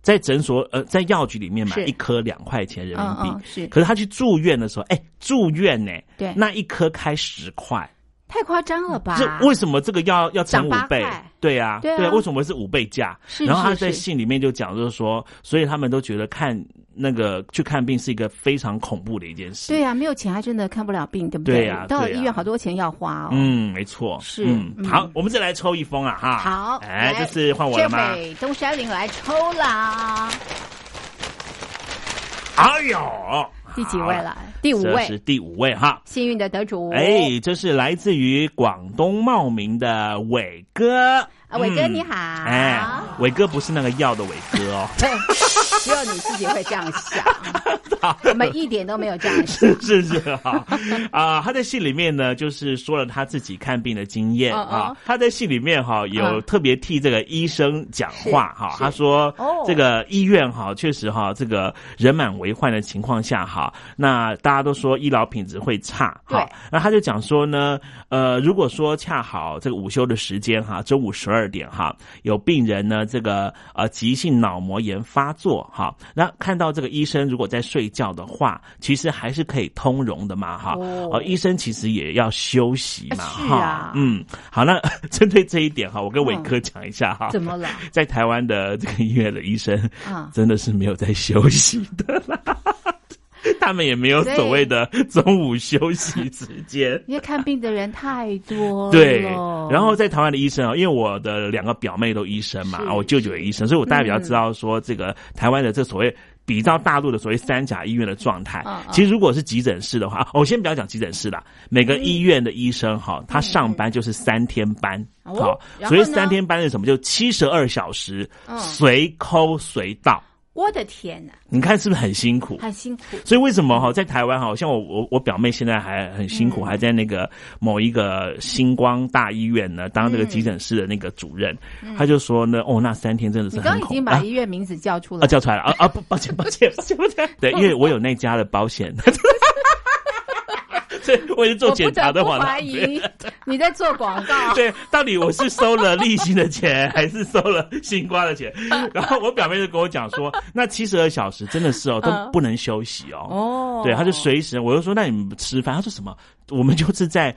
在诊所呃在药局里面买
是
一颗两块钱人民
嗯
币，
嗯是
可是他去住院的时候，哎，住院呢、
对
那一颗开十块。
太夸张了吧？
这为什么这个要要乘
涨
五
八
倍
块？
对啊，
对啊
为什么是五倍价？
是
然后他
是
在
是
信里面就讲，就是说，所以他们都觉得看那个去看病是一个非常恐怖的一件事。
对呀、没有钱还真的看不了病，对不
对呀
到了
对呀
医院好多钱要花哦。
嗯，没错，
是
嗯，
嗯
好，我们再来抽一封啊，哈，
好，
哎，
来
这次换我了吗
这？回东山林来抽啦，
哎呦，
第几位
好？
了？第五
这是
位，哦
第五位哈。
幸运的得主。
哎，这是来自于广东茂名的伟哥。
啊，伟哥
嗯
你好。
哎，伟哥不是那个药的伟哥哦。
对， 只有你自己会这样想，我们一点都没有这样想。
是是是哈啊、他在戏里面呢，就是说了他自己看病的经验
嗯嗯
啊。他在戏里面哈、有
嗯
特别替这个医生讲话哈、
是
他说
哦
这个医院哈、确实哈、这个人满为患的情况下哈、那大家都说医疗品质会差哈、
对
那他就讲说呢，呃，如果说恰好这个午休的时间哈、中午十二点哈、有病人呢这个呃急性脑膜炎发作哈、那看到这个医生如果在睡觉的话，其实还是可以通融的嘛哈。
哦
呃，医生其实也要休息嘛
是
哈。
啊嗯
嗯，好，那 针对这一点哈，我跟伟哥讲一下哈。
怎么了？
在台湾的这个医院的医生
啊
真的是没有在休息的啦。 他们也没有
所以
所谓的中午休息时间，
因为看病的人太多了。
对，哦然后在台湾的医生啊，因为我的两个表妹都医生嘛，
是
啊我舅舅也医生，所以我大概比较知道说这个台湾的这所谓。比照大陆的所谓三甲医院的状态
嗯，嗯
其实如果是急诊室的话，啊我先不要讲急诊室啦。每个医院的医生哈，他上班就是三天班，
嗯哦
好，
然后
所以
呢
三天班是什么？就七十二小时
嗯，
随抠随到。
我的天哪，
你看是不是很辛苦？
很辛苦。
所以为什么哈，在台湾哈，像我我我表妹现在还很辛苦，
嗯
还在那个某一个星光大医院呢，当那个
嗯
急诊室的那个主任，
嗯
她就说呢，哦，那三天真的是
你
很
刚刚已
恐
经把
啊
医院名字叫出
啊
来了，
叫出来了啊啊不，抱歉抱 歉，对不对？对，因为我有那家的保险， 所以我也是做
我不
检查
得
的
不
话，
怀疑 你在做广 告。
对，到底我是收了利息的钱，还是收了新瓜的钱？然后我表妹就跟我讲说，那七十二小时真的是哦，
嗯
都不能休息哦。
哦，
对，他就随时，我就说那你们吃饭，他说什么？我们就是在。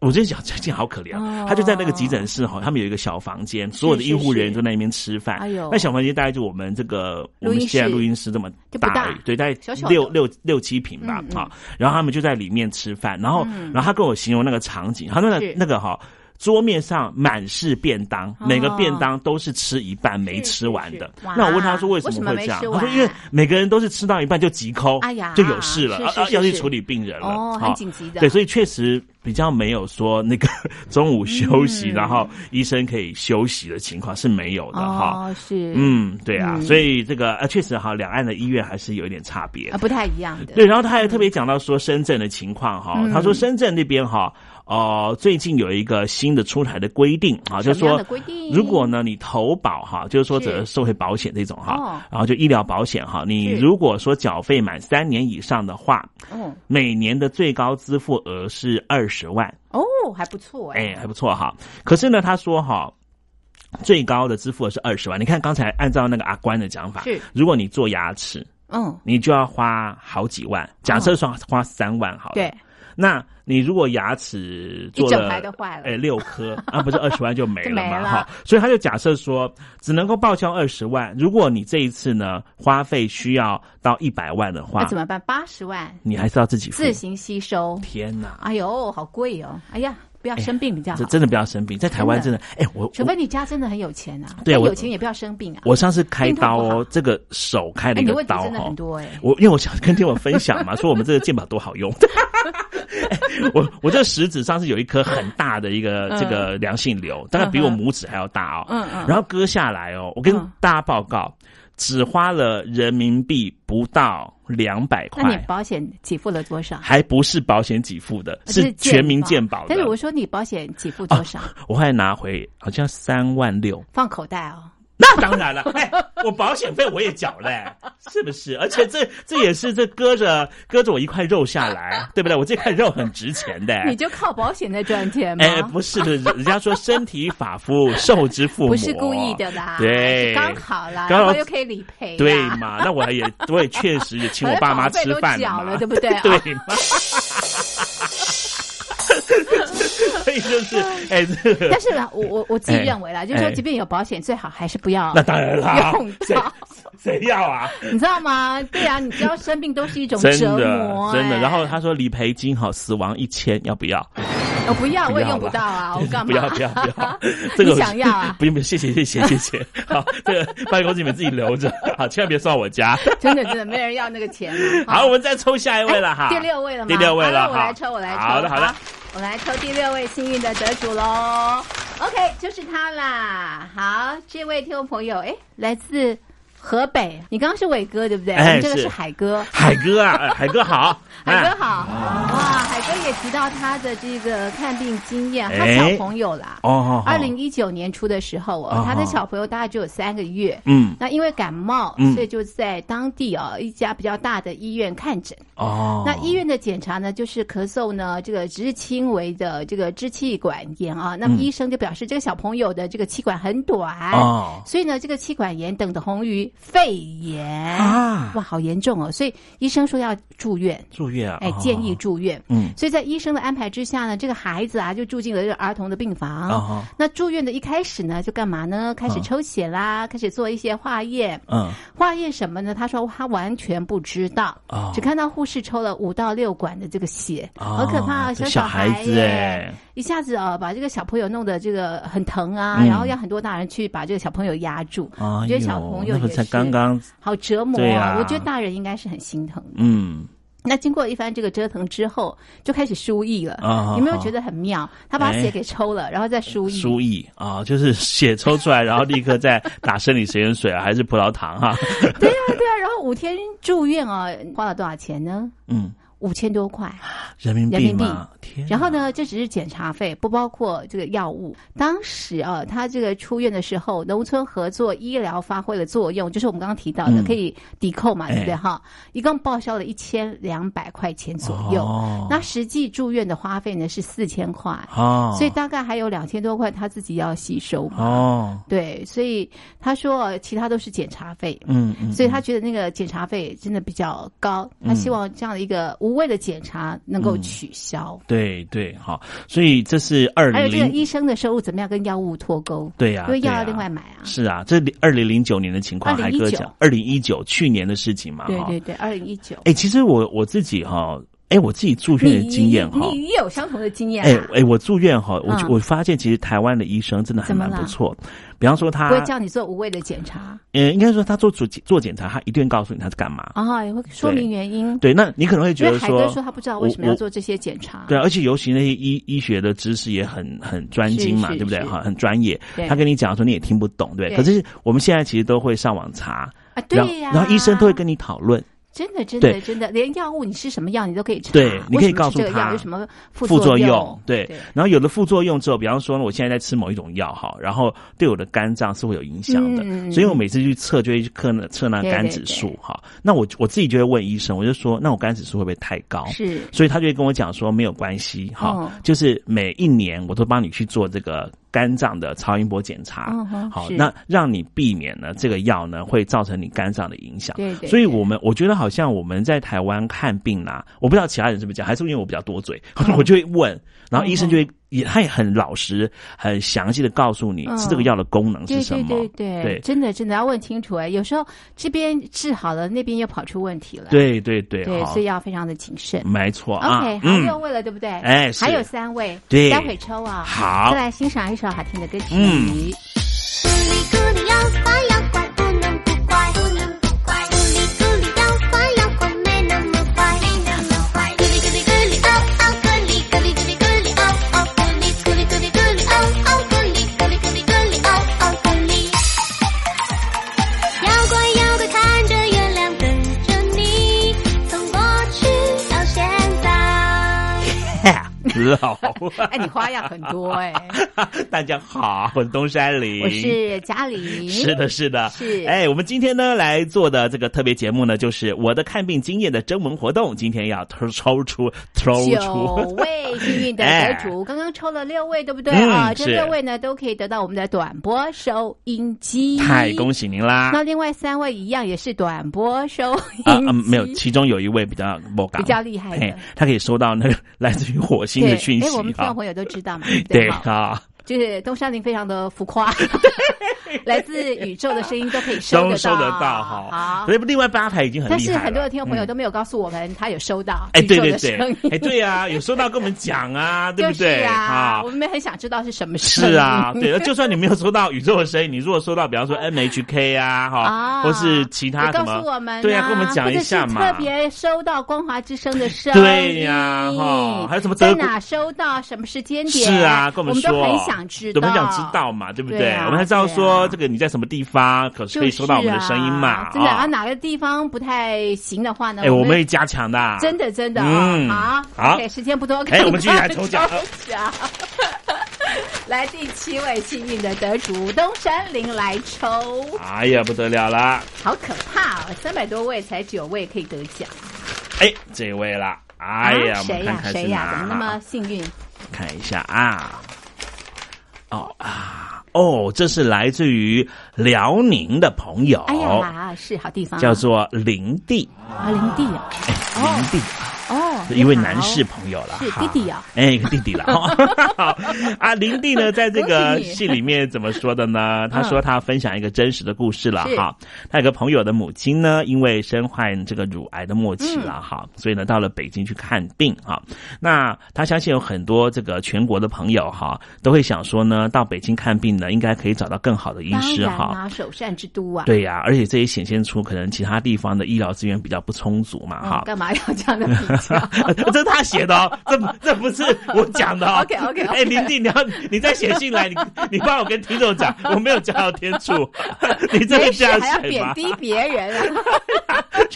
我就想，最近好可怜啊、
哦
他就在那个急诊室哈，他们有一个小房间，所有的医护人员都在那边吃饭。
哎呦
那小房间大概就我们这个我们
录音室
现在录音室这么
就不
大
大
而已，对，大概
小小的
六六六七平吧
嗯嗯
啊。然后他们就在里面吃饭，然后、
嗯
然后他跟我形容那个场景，他说那个
是
那个哈。桌面上满是便当，每个
哦
便当都是吃一半没
是
吃
是
完
是
的。
哇
那我问他说为
为什
什
么
么
没
会这样？
吃
他说
完
因为每个人都是吃到一半就急抠，
哎呀
就有事了，
是
啊
是
啊
是
要去
是
处理病人了，
哦，
啊
很紧急的。
对，所以确实比较没有说那 个中午休息，
嗯
然后医生可以休息的情况是没有的哈。
哦，是，
嗯，对啊，
嗯
所以这个呃，确实哈，两岸的医院还是有一点差别
啊，。不太一样的。
对，然后他还特别讲到说深圳的情况哈，
嗯
他说深圳那边哈，呃，最近有一个新的出台的规定啊，就是
什么样
说
的规定，
如果呢你投保哈，就是说这
是
社会保险这种
嗯哦
哈，然后就医疗保险哈，你
是
如果说缴费满三年以上的话，
嗯，
每年的最高支付额是二十万，
哦，还不错哎，
哎，还不错哈。可是呢，他说哈。最高的支付额是二十万，你看刚才按照那个阿关的讲法
是，
如果你做牙齿，
嗯，
你就要花好几万。假设说花三万好了，
对，
那你如果牙齿做了
一整排都坏了
哎，六 颗，那、不是二十万就没了
就没
嘛？
了
哈，所以他就假设说，只能够报销二十万。如果你这一次呢，花费需要到一百万的
那
话
怎，么办？八十万
你还是要自己付。
自行吸收，
天哪，
哎呦，好贵哦！哎呀，不要生病比较好
哎这，真的不要生病，在台湾真
啊真
的
的，
哎，我
除非你家真的很有钱啊，
对
再
我
有钱也不要生病啊。
我上次开刀
病痛不
哦
好，
这个手开了
哎，
一
你
个
问题
刀
真的
哦
很。多哎，
我因为我想跟听我分享嘛，说我们这个健保多好用。 哎我我这食指上是有一颗很大的一个这个良性瘤，大概比我拇指还要大哦。
嗯嗯
然后割下来哦，我跟
嗯
大家报告，只花了人民币不到两百
那你
块，
保啊险给付了多少？
还不是保险给付的，
这
是全民健保的。啊
但是我说你保险给付多少？
我后来拿回好像三万六。
放口袋哦。
那当然了，哎，我保险费我也缴了、哎是不是？而且这这也是这割着割着我一块肉下 来，对不对？我这块肉很值钱的、哎
你就靠保险在赚钱吗？
哎，不是的，人家说身体发肤受之父母，
不是故意的啦，
对，
是刚好啦，
刚好
然后又可以理赔啦，
对嘛？那我还也我也确实也请我爸妈吃饭
保费都缴
嘛
了对不对
对嘛？所以就是，哎，这 个
但是啦我我我自己
哎
认为啦，就是说，
哎
即便有保险，最好还是不要
那当然啦
用，
谁
到，
谁要啊？
你知道吗？对啊，你知道生病都是一种
真
折
的
磨，
真的。
哎
然后他说理赔金哈，死亡一千要不 要？
我哦不要，我也
要
用不
吧
到 啊，我干嘛？
不要不要不 要，这个
你想要 啊
不用不用，谢谢谢谢谢谢。好，这个办公室你们自己留着， 好，千万别算我 家。
真的真的没人要那个钱 了。
好，我们再抽下一位了哈，
哎第六位了吗？
第六位了
好我来
哈
抽，我来抽。
好的好的，，
我来抽第六位幸运的得主喽。OK，就是他啦。好，这位听众朋友，哎，来自河北，你刚刚是伟哥对不对？
哎
我们这个
是
是海哥。
海哥啊， 哎海哥好，
海
哎
哥好，哇！海哥也提到他的这个看病经验，他
哎
小朋友啦，
哦，
二零一九年初的时候
哦
哦，他的小朋友大概只有三个月，
嗯
那因为感冒
嗯，
所以就在当地哦一家比较大的医院看诊。
哦，
那医院的检查呢，就是咳嗽呢，这个只是轻微的这个支气管炎啊。那么
嗯
医生就表示，这个小朋友的这个气管很短，
哦
所以呢，这个气管炎等同于肺炎
啊
哇，好严重哦！所以医生说要住院，
住院啊，
哎，
哦
建议，住院。
嗯
所以在医生的安排之下呢，这个孩子啊就住进了这个儿童的病房。
啊哈
那住院的一开始呢，就干嘛呢？开始
嗯
抽血啦，开始做一些化验。
嗯，
化验什么呢？他说他完全不知道，
哦
只看到护士抽了五到六管的这个血，
哦
好可怕、啊！
这
小
小
孩
孩子
耶
哎
一下子哦，把这个小朋友弄得这个很疼啊，
嗯
然后要很多大人去把这个小朋友压住。
啊，
我觉得小朋友
那不
也
才
是
刚刚，
好折磨
对啊
我觉得大人应该是很心疼的。
嗯，
那经过一番这个折腾之后，就开始输液了。
啊哎
有没有觉得很妙？他把血给抽了，然后再输液。
输液啊，就是血抽出来，然后立刻再打生理食盐水啊，还是葡萄糖哈、
对啊， 对啊。然后五天住院啊，花了多少钱呢？
嗯，
五千多块。
人民
人
币
民币
嗯嘛，天啊，
然后呢，这只是检查费，不包括这个药物。当时啊，他这个出院的时候，农村合作医疗发挥了作用，就是我们刚刚提到的，
嗯
可以抵扣嘛，
哎
对不对哈？一共报销了一千两百块钱左右。
哦
那实际住院的花费呢是四千块，
哦，
所以大概还有两千多块他自己要吸收嘛。
哦，
对，所以他说呃其他都是检查费。
嗯嗯，
所以他觉得那个检查费真的比较高，他希望这样的一个无谓的检查能够取消。
对对，好，所以这是二
还有
零
这个
零，
医生的收入怎么样跟药物脱钩？
嗯对呀、
因为
对
药
呀
要另外买啊。
是啊，这二零零九年的情况，海哥讲二零一九去年的事情嘛，
对
哈
对对，二零一九。
啊哎，其实我我自己哈，哎，我自己住院的经验哈，
你也有相同的经验
哎
啊？
哎，我住院哈，我、
嗯
我发现其实台湾的医生真的还
怎么
蛮不
了
错，比方说他
不会叫你做无谓的检查，
呃，应该说他做做做检查，他一定会告诉你他是干嘛。
然后啊也会说明原因。
对，那你可能会觉
因为
得
海
说，
哥说他不知道为什么要
我
做这些检查。
对，啊而且尤其那些医医学的知识也很很专精嘛，
是是
对不对？
是
哈，很专业
对。
他跟你讲说你也听不懂，对不对。
对
可是我们现在其实都会上网查，
啊，
然后
对呀。
然后医生都会跟你讨论
真的真的
对
真的，连药物你吃什么药你都可以查。
对你可以
为什么是
告诉
这个
他
药有什么副
副作
用。
对。然后有了副作用之后，比方说呢我现在在吃某一种药哈，然后对我的肝脏是会有影响的，
嗯
所以我每次去测就会去测那测那
对
肝
对
指
对
数哈。那我我自己就会问医生，我就说那我肝指数会不会太高？
是
所以他就会跟我讲说没有关系，哈、
哦
就是每一年我都帮你去做这个肝脏的超音波检查，
嗯哼
好，
是
那让你避免呢这个药呢会造成你肝脏的影响。
对对
所以我们我觉得好像我们在台湾看病啦、我不知道其他人是不是这样，还是因为我比较多嘴，
嗯
我就会问，然后医生就会也他也很老实、很详细的告诉你
嗯
是这个药的功能是
对
什
对
么，
对对，真的真的要问清楚哎、有时候这边治好了，那边又跑出问题了。
对对对
对，
好
所以，要非常的谨慎。
没错啊
OK，、还有六
嗯，
位了，对不对？
哎是
还有三位，
对
待会抽啊。
好
再来欣赏一首好听的歌曲。
嗯
咕哩要乖要乖，不能不乖，不能不乖。咕哩咕哩要乖要乖，没那么乖，没那么乖。咕哩咕哩咕哩哦哦，咕哩咕哩咕哩咕哩哦哦，咕哩咕哩咕哩咕哩哦哦，咕哩咕哩咕哩咕哩哦哦，咕哩。摇滚摇滚，看着月亮，等着你，从过去到现在。
老。
哎，你花样很多 哎、
大家好，我是东山林，
我是嘉玲。
是的，是的，
是
哎，我们今天呢来做的这个特别节目呢，就是我的看病经验的征文活动，今天要抽抽出抽
九
出
位幸运的得 主，刚刚抽了六位，对不对
嗯
啊？这
是
六位呢，都可以得到我们的短波收音机。
太恭喜您啦！
那另外三位一样也是短波收音机，
啊嗯， 没有，其中有一位比较不敢
比较厉害的
嘿他可以收到那个来自于火星
对，
的讯息
哎，我们听
啊
众，朋友都知道嘛，
对
对哈
啊，
就是东山林非常的浮 夸，来自宇宙的声音都可以收
都
得
收得到
到
哈，
好
所以另外八台已经很厉害
但
了，
是很多的听众朋友
嗯
都没有告诉我们他有收到
哎，
宇宙
对对
的声音，
对，哎，对啊，有收到跟我们讲啊，对
就
不
是
对
啊，我们很想知道是什么声音
是啊，对，就算你没有收到宇宙的声音，你如果收到，比方说 M H K 啊，哈，
啊，
或是其他
也
什
告
么
诉我们，
对啊，跟我们讲一下
或者是
嘛
特。别收到光华之声的声音，
对呀哈还有什么
在
德国
哪收到，什么时间点？
是啊，跟
我
们说，
都很想知
我
道，
们想知道嘛，对不
对
对？
啊
我们才知道
对
说
啊
这个你在什么地方，可
就是
可以收到我们的声音嘛
啊。真的
啊
啊，哪个地方不太行的话呢？
哎，我们会加强的啊。
真的真的
嗯
啊，好，
好
OK，时间不多，
哎我们继续来抽奖
赶快抽奖 来第七位幸运的得主东山林来抽，
哎呀，不得了啦！
好可怕哦，三百多位才九位可以得奖，
哎，这位啦，哎呀，
啊
我们
谁
看
呀
看是
谁呀，
哪？哦
怎么那么幸运？
看一下啊，哦啊，哦，这是来自于辽宁的朋友，
哎呀，是好地方啊，
叫做林地，
啊林地啊，
林地，
哦
一位男士朋友了，
是
哈
弟弟啊，
哎，一个弟弟了哈。 好啊，林弟呢，在这个
恭喜你嗯
戏里面怎么说的呢？他说他分享一个真实的故事了
是
哈。他有个朋友的母亲呢，因为身患这个乳癌的末期
嗯
了哈，所以呢到了北京去看病哈。那他相信有很多这个全国的朋友哈，都会想说呢，到北京看病呢，应该可以找到更好的医
当
师
然
哈。
啦，首善之都啊，
对呀、而且这也显现出可能其他地方的医疗资源比较不充足嘛，
嗯，
哈、
干嘛要这样的比 较？
这是他写的 哦，这不这不是我讲的哦。
OK，OK，OK
哎，林弟，你要你再写信来，你 你帮我跟听众讲，我没有加到天 助，你真的
没
这
事
样
还要
写吗
贬？低别人啊？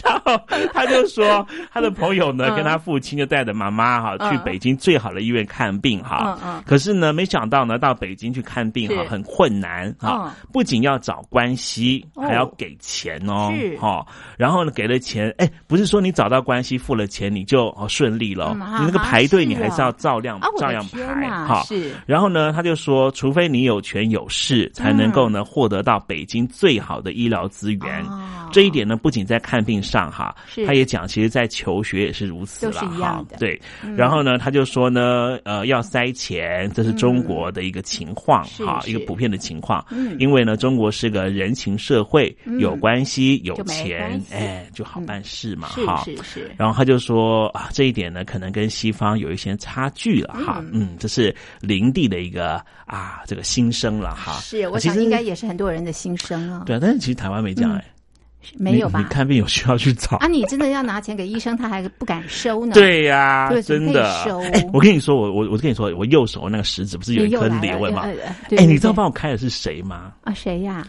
然后他就说，他的朋友呢，
嗯
跟他父亲就带着妈妈哈去
嗯
北京最好的医院看病哈
嗯。 嗯
可是呢，没想到呢，到北京去看病哈
是嗯
很困难哈，不仅要找关系，
哦
还要给钱哦
是，
哈。然后呢，给了钱，哎，不是说你找到关系付了钱你就哦顺利了哦，
嗯哈
你那个
哈
排队
是
你还是
哦
要照亮
啊，我
照
的
样
天
排
呐，
哈。
是
然后呢，他就说，除非你有权有势，才能够
嗯
呢获得到北京最好的医疗资源。
哦
这一点呢，不仅在看病上哈
是，
他也讲，其实在求学也是如此
都
啦
是一样
哈
的。
对
嗯，
然后呢，他就说呢，呃，要塞钱，这是中国的一个情况
是
哈，
是
一个普遍的情况。
嗯
因为呢，中国是个人情社会，
嗯
有关系有
就没关
钱，
系
哎，就好办事嘛
是
哈。
是是，
然后他就说啊，这一点呢，可能跟西方有一些差距了哈。
嗯
嗯，这是林地的一个啊，这个心声了哈。
是我
其
想
实
应该也是很多人的心声啊，
对啊，但是其实台湾没这样哎、
没有吧
你？你看病有需要去找
啊，你真的要拿钱给医生，他还不敢收呢。
对呀、
对
真的
怎么可以。收
哎我跟你说，我我我跟你说，我右手那个食指不是有
你
一
又
颗
来了，
裂纹吗？
呃呃对
哎，
对
你知道
对
帮我开的是谁吗？
啊？谁呀？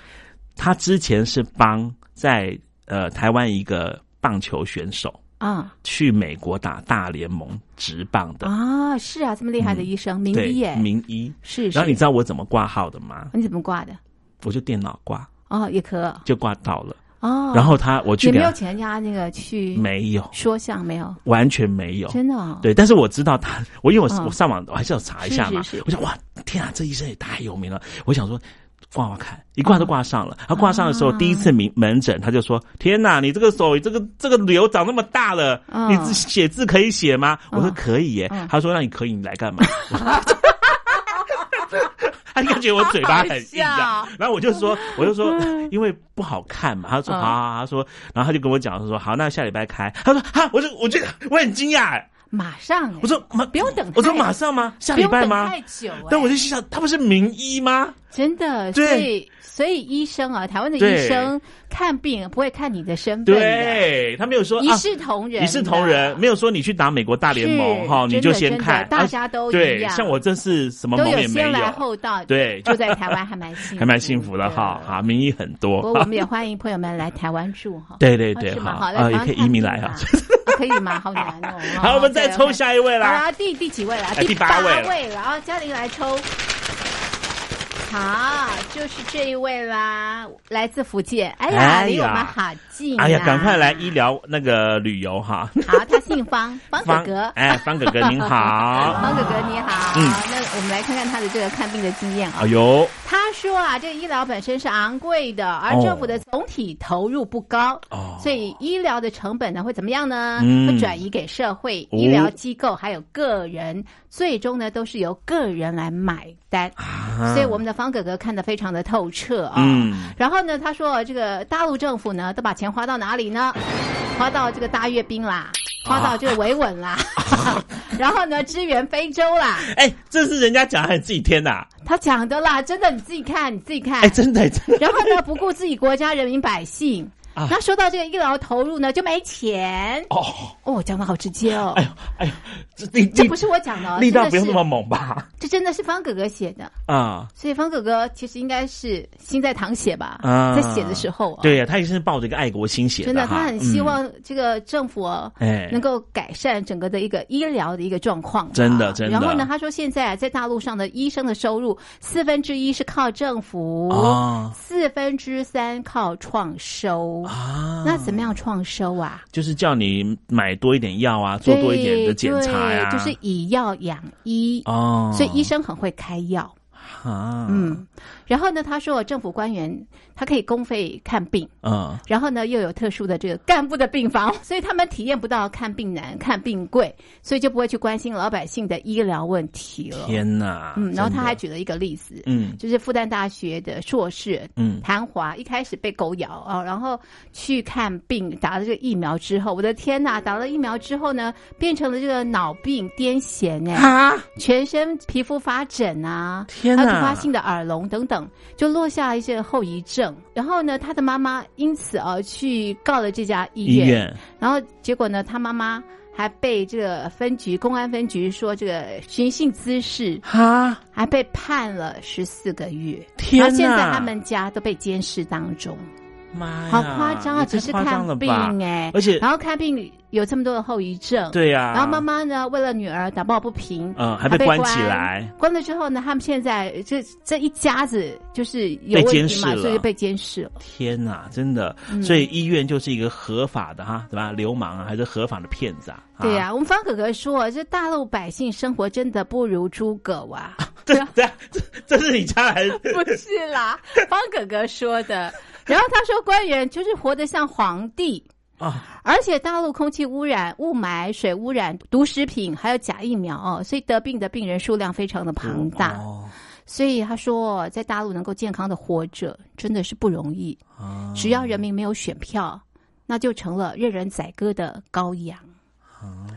他之前是帮在呃台湾一个棒球选手
啊
去美国打大联盟职棒的，嗯
啊，是啊，这么厉害的医生，名
对
医耶，，
名医。
是。
然后你
是
知道我怎么挂号的吗？
你怎么挂的？
我就电脑挂，
哦，也可
就挂到了。
哦。
然后他我去
也
给
没有
他，
请人家那个去
没有，
说相没有，
完全没有。
真的哦。
对，但是我知道他，我因为我、
嗯
我上网我还是要查一下嘛。
是是是
我想哇，天啊，这医生也太有名了。我想说挂挂看，一挂都挂上了。他挂上的时候，
啊
第一次门门诊他就说：“天哪，你这个手这个这个瘤长那么大了，
嗯
你字写字可以写吗？”我说：“
嗯
可以耶。
嗯
他说：“那你可以，你来干 嘛？”他应该觉得我嘴巴很硬
好
啊
好，
然后我就说，我就说，因为不好看嘛。他说
嗯
好好，好他说，然后他就跟我讲，他说好，那下礼拜开。他说哈，我就我觉得我很惊讶，
马上哎，
我说马
不用等太哎
我说马上吗？下
不
礼
用
拜
等
吗
太？久哎，
但我就心想，他不是名医吗？
真的，所
对
以所以医生啊，台湾的医
对
生看病不会看你的身份的，
对他没有说
一
啊，
视同仁，
一视同仁，。没有说你去打美国大联盟
是
哈，你
真的
就先
真的
看，
大
啊
家都一
对，
样
像我这是什么
都
盟也没
先来
有，
后到，
对
住在台湾还蛮幸福，
还蛮幸福的哈，
对
哈，名医很
不
多
过。我们也欢迎朋友们来台湾住哈，
对对
啊
对
是吗
哈
好，来
啊
台湾
也可以
看
移民
病
来
嘛
啊
啊可以吗？好难哦。
好，我们再抽下一位
一好
啦。
啦，第第几位了？
哎第八
八
位了
位了。啊，嘉玲来抽。好，就是这一位啦，来自福建。哎呀，
哎呀
离我们好近、啊
哎呀，赶快来！医疗那个旅游哈，
好，他姓方，方哥哥。
哎，方哥哥您好，
方哥哥你好。
嗯
那我们来看看他的这个看病的经验啊
哎。呦，
他说啊，这个医疗本身是昂贵的，而
哦
政府的总体投入不高，
哦
所以医疗的成本呢会怎么样呢？
嗯
会转移给社会、
哦
医疗机构还有个人，最终呢都是由个人来买单。所以我们的方哥哥看得非常的透彻啊。
啊嗯
然后呢，他说这个大陆政府呢都把钱花到哪里呢？花到这个大阅兵啦，
啊
花到这个维 稳啦，然后呢支援非洲啦。
哎，这是人家讲还是自己添的啊？
他讲的啦，真的你自己看，你自己看。
哎，真的真的。
然后呢，不顾自己国家人民百姓。
啊
那说到这个医疗投入呢，就没钱
哦，
哦，讲的好直接哦
哎，呦，哎呦，这力
这不是我讲的哦，
力道
真的
不用
是
那么猛吧？
这真的是方哥哥写的，
啊
所以方哥哥其实应该是心在淌血吧，
啊，
在写的时候、啊，，
对呀，他也是抱着一个爱国心写
真的，
哈
他很希
嗯
望这个政府哦
哎
能够改善整个的一个医疗的一个状况吧。啊
真的真的
然后呢，他说现在啊在大陆上的医生的收入四分之一是靠政府，
啊
四分之三靠创收。
啊，
那怎么样创收啊？
就是叫你买多一点药啊，做多一点的检查呀，
对对就是以药养医，
哦，
所以医生很会开药。
啊，
嗯，然后呢，他说政府官员他可以公费看病，
嗯，
然后呢又有特殊的这个干部的病房， 所以他们体验不到看病难、看病贵，所以就不会去关心老百姓的医疗问题了。
天哪！
嗯，然后他还
啊真的
举了一个例子，
嗯
就是复旦大学的硕士，
嗯
谭华一开始被狗咬啊、然后去看病，打了这个疫苗之后，我的天呐，打了疫苗之后呢，变成了这个脑病癫痫哎、
啊，
全身皮肤发疹啊，
天
还
哪
有突发性的耳聋等等，就落下一些后遗症。然后呢，他的妈妈因此而、去告了这家医院，
医院
然后结果呢，他妈妈。还被这个分局公安分局说这个寻衅滋事，
哈，
还被判了十四个月。
天
然后现在
哪哎
他们家都被监视当中，
妈呀，
好夸张啊！
也太
只是
夸张了
看病
吧
哎、
而且
然后看病有这么多的后遗症，
对呀
然后妈妈呢，为了女儿打抱不平，
嗯还
被
被
关
关起来。
关了之后呢，他们现在这这一家子就是有
被
问
监
题
视
嘛，
了
所以就被监视了。
天呐，真的，
嗯
所以医院就是一个合法的哈，对吧？流氓啊，还是合法的骗子啊？
对呀、我们方可可说，这大陆百姓生活真的不如猪狗 啊！
这是你家还是？
不是啦， 方哥哥说的。然后他说，官员就是活得像皇帝
啊，
而且大陆空气污染、雾霾、水污染、毒食品还有假疫苗哦，所以得病的病人数量非常的庞大。
哦
所以他说，在大陆能够健康的活着真的是不容易。
啊
只要人民没有选票，那就成了任人宰割的羔羊。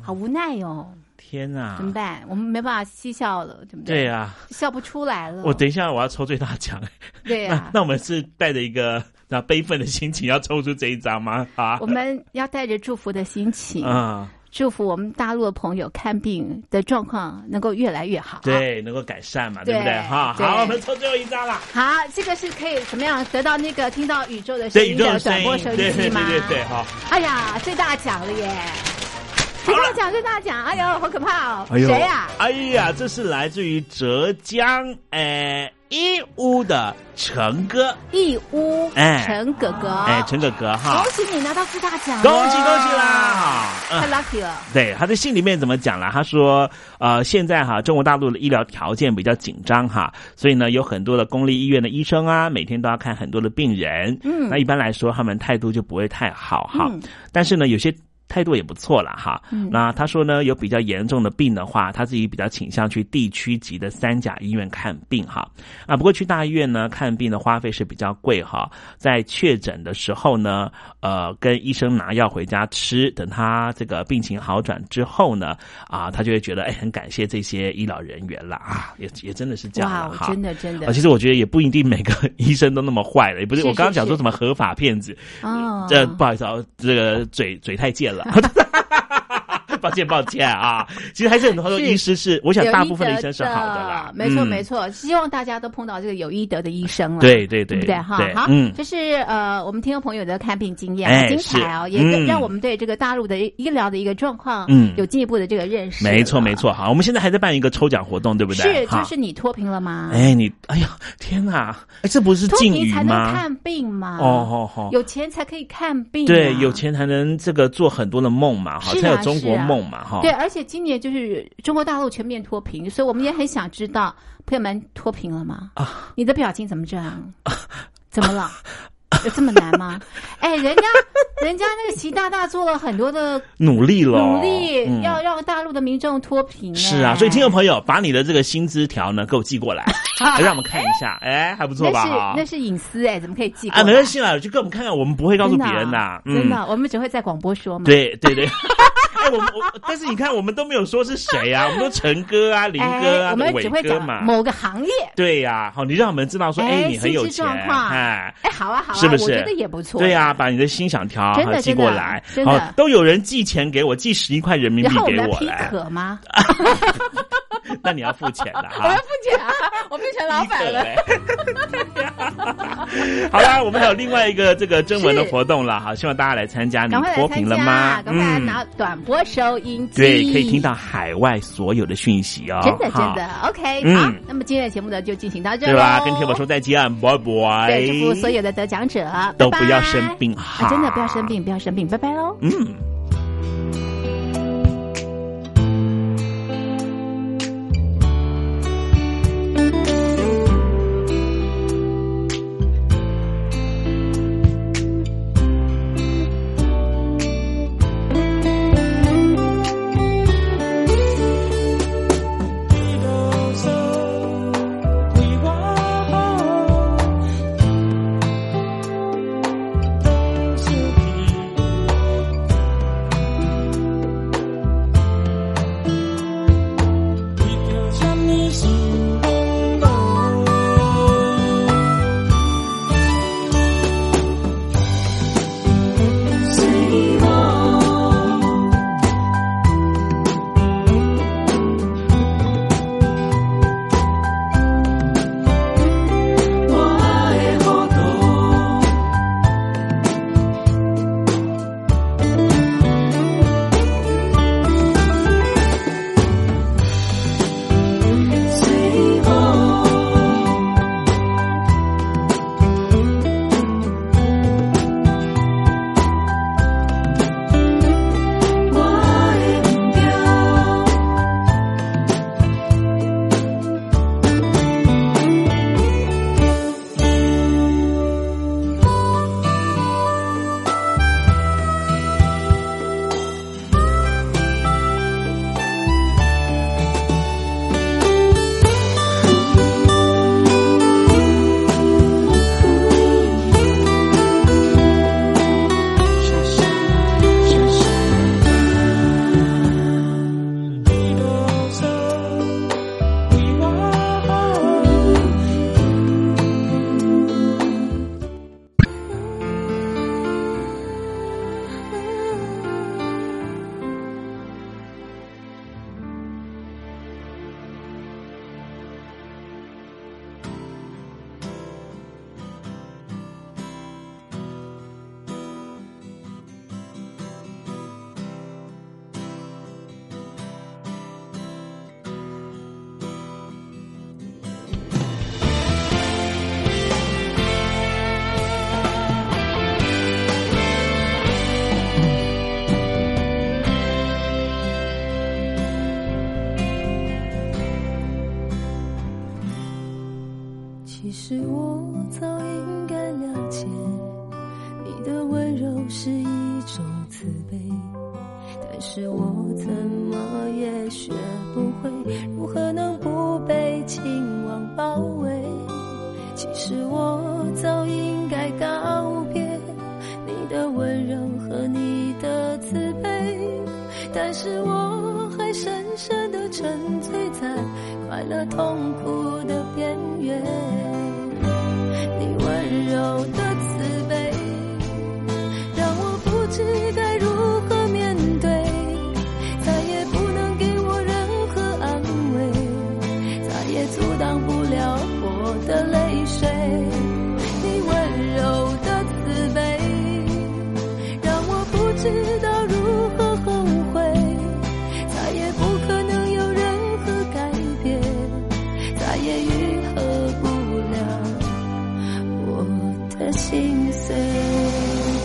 好无奈哦，
天呐
怎，么办？我们没办法嬉笑了，对不
啊
对？
对呀、
笑不出来了。
我等一下我要抽最大奖，
嗯 对啊呀、
那那我们是带着一个那悲愤的心情要抽出这一张吗？啊，
我们要带着祝福的心情，
啊、
祝福我们大陆的朋友看病的状况能够越来越好。，
对，能够改善嘛，对不
对
对？哈，
对
好，我们抽最后一张啦。
好，这个是可以怎么样得到那个听到宇宙的声
对宇
音
宙
的
的声音，
转播
对
收
对
音
对
机
对
吗？
对，好。
哎呀，最大奖了耶！最大奖，最大奖！哎呦，好可怕哦！谁呀、
哎呀，这是来自于浙江哎义乌的陈哥，
义乌
哎
陈哥哥，
哎，陈哥哥哈
恭，喜你拿到最大奖了！
恭喜恭喜啦！嗯
太 lucky 了。
对，他在信里面怎么讲啦？他说，呃，现在哈，中国大陆的医疗条件比较紧张哈，所以呢，有很多的公立医院的医生啊，每天都要看很多的病人。
嗯
那一般来说，他们态度就不会太好哈。
嗯
但是呢，有些。态度也不错啦哈。
嗯
那他说呢，有比较严重的病的话，他自己比较倾向去地区级的三甲医院看病哈。啊，不过去大医院呢看病的花费是比较贵哈。在确诊的时候呢，呃，跟医生拿药回家吃，等他这个病情好转之后呢，啊，他就会觉得哎，很感谢这些医疗人员啦啊，也也真的是这样啦
哇
哈。
真的真的
啊其实我觉得也不一定每个 医生都那么坏了，也不是
是
我刚刚讲
是
说什么合法骗子，
哦
这不好意思啊，这个嘴嘴太贱了。 抱歉，抱歉啊！其实还是很多医师是，我想大部分的医生是好的啦
有医德的，没错
嗯
没错，希望大家都碰到这个有医德的医生了。
对对对
对不对哈
对？
好
嗯，
这是呃我们听众朋友的看病经验，
哎
很精彩哦，
是
也
嗯
让我们对这个大陆的医疗的一个状况，
嗯
有进一步的这个认识。啊
没错，没错。好，我们现在还在办一个抽奖活动，对不对？
是，就
哈
是你脱贫了吗？
哎，你，哎呀，天哪！哎，这不是
脱
禁
贫
语
才能
吗？
看病嘛？
哦哦哦
有钱才可以看病啊。
对，有钱才能这个做很多的梦嘛，哈，
是
才
啊
有中国
是啊
梦嘛，哈。
对，而且今年就是中国大陆全面脱贫，所以我们也很想知道朋友们脱贫了吗？啊，你的表情怎么这样？怎么了？有这么难 吗？哎，人家人家那个习大大做了很多的
努力咯
努力、
嗯
要让大陆的民众脱贫、哎
是啊，所以听众朋友，把你的这个薪资条呢给我寄过 来，让我们看一下，哎，还不
不
错吧？哈
那是那是隐私哎、怎么可以记过来？
啊，没关系啦，就给我们看看，我们不会告诉
真的
别
啊
人的，
真的，
嗯，
我们只会在广播说嘛。
对对 对。哎，我们我，但是你看，我们都没有说是谁啊，我们都陈哥啊、林哥
哎，
啊、
我们只
伟
会
哥
讲
嘛，
某个行业。
对呀、好，你让我们知道说，哎，你很有
薪资
钱，
状况，
哎
哎。，好啊，好啊，
是不是？
我觉得也不错。
对啊呀、把你的心想条
真的
啊寄
真的
过来，
真的
好，都有人寄钱给我，寄十一块人民币
然后我
给
们来
我
拼
来，
可吗？
那你要付钱的
我要
哈
付。钱啊！我变成老板了。
欸 好啦，我们还有另外一个这个征文的活动了哈，希望大家来参加。你
赶快来
脱
参
贫了
加，
吗？嗯
赶快来拿短波收音机，
对，可以听到海外所有的讯息哦。
真的真
哈
的。OK，
嗯
好，那么今天的节目呢就进行到这
对
喽
吧？跟天宝说再见，拜拜。
对，祝福所有的得奖者
都
拜
不
拜
要生病
啊
哈，
真的不要生病，不要生病，拜拜喽。
嗯。
天
是我怎么也学不会，如何能不被情网包围？其实我早应该告别你的温柔和你的慈悲，但是我还深深的沉醉在快乐痛苦的边缘。你温柔的慈悲，让我不知该如何面对，再也不能给我任何安慰，再也阻挡不了我的泪水。你温柔的慈悲，让我不知道如何后悔，再也不可能有任何改变，再也愈合不了我的心碎。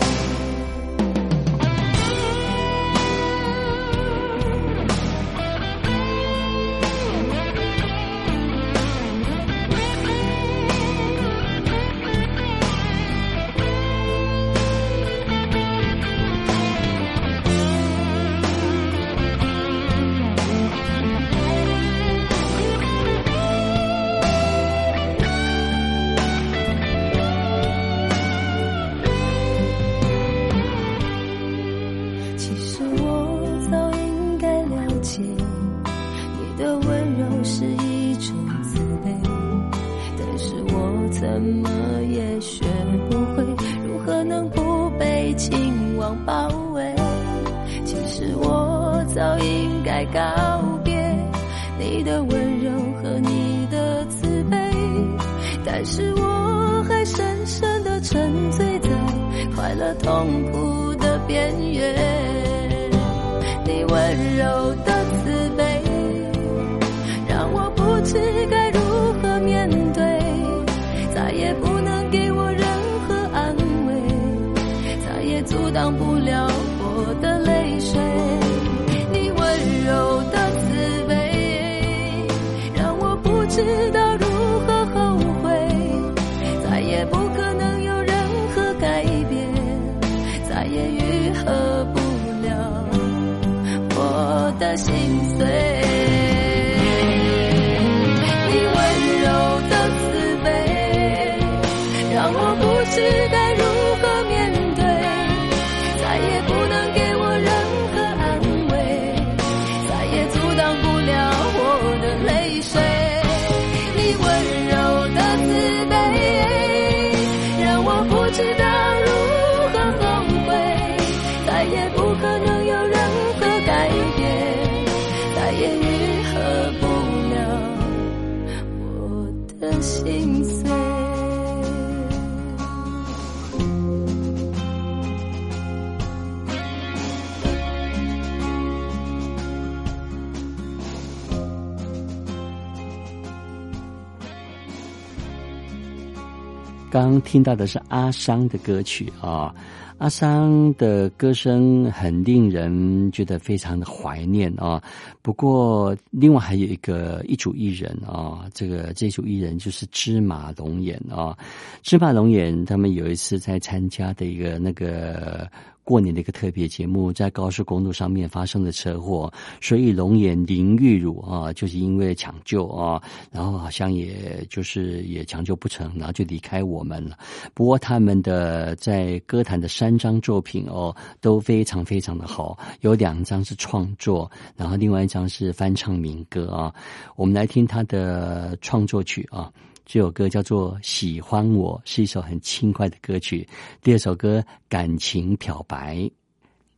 其实我早应该了解，你的温柔是一种慈悲，但是我怎么也学不会，如何能不被情网包围？其实我早应该告别你的温柔和你的慈悲，但是我还深深的沉醉在快乐痛苦的边缘。你温柔的慈悲，让我不知该如何面对，再也不能给我任何安慰，再也阻挡不了我的泪水。你温柔的慈悲，让我不知道如何后悔，再也不可能有任何改变，再也愈合不了我的心碎。你温柔的慈悲，让我不知该如何面对，再也不能给我任何安慰，再也阻挡不了我的泪水。你温柔的慈悲，让我不知道如何后悔，再也不可能有任何改变，再也愈合不了我的心碎。
刚刚听到的是阿桑的歌曲啊、阿桑的歌声很令人觉得非常的怀念啊、不过，另外还有一个一组艺人啊、这个这组艺人就是芝麻龙眼啊、芝麻龙眼他们有一次在参加的一个那个。过年的一个特别节目，在高速公路上面发生了车祸，所以龙眼林玉茹啊，就是因为抢救啊，然后好像也就是也抢救不成，然后就离开我们了。不过他们的在歌坛的三张作品哦，都非常非常的好，有两张是创作，然后另外一张是翻唱民歌啊。我们来听他的创作曲啊。这首歌叫做《喜欢我》，是一首很轻快的歌曲。第二首歌《感情漂白》。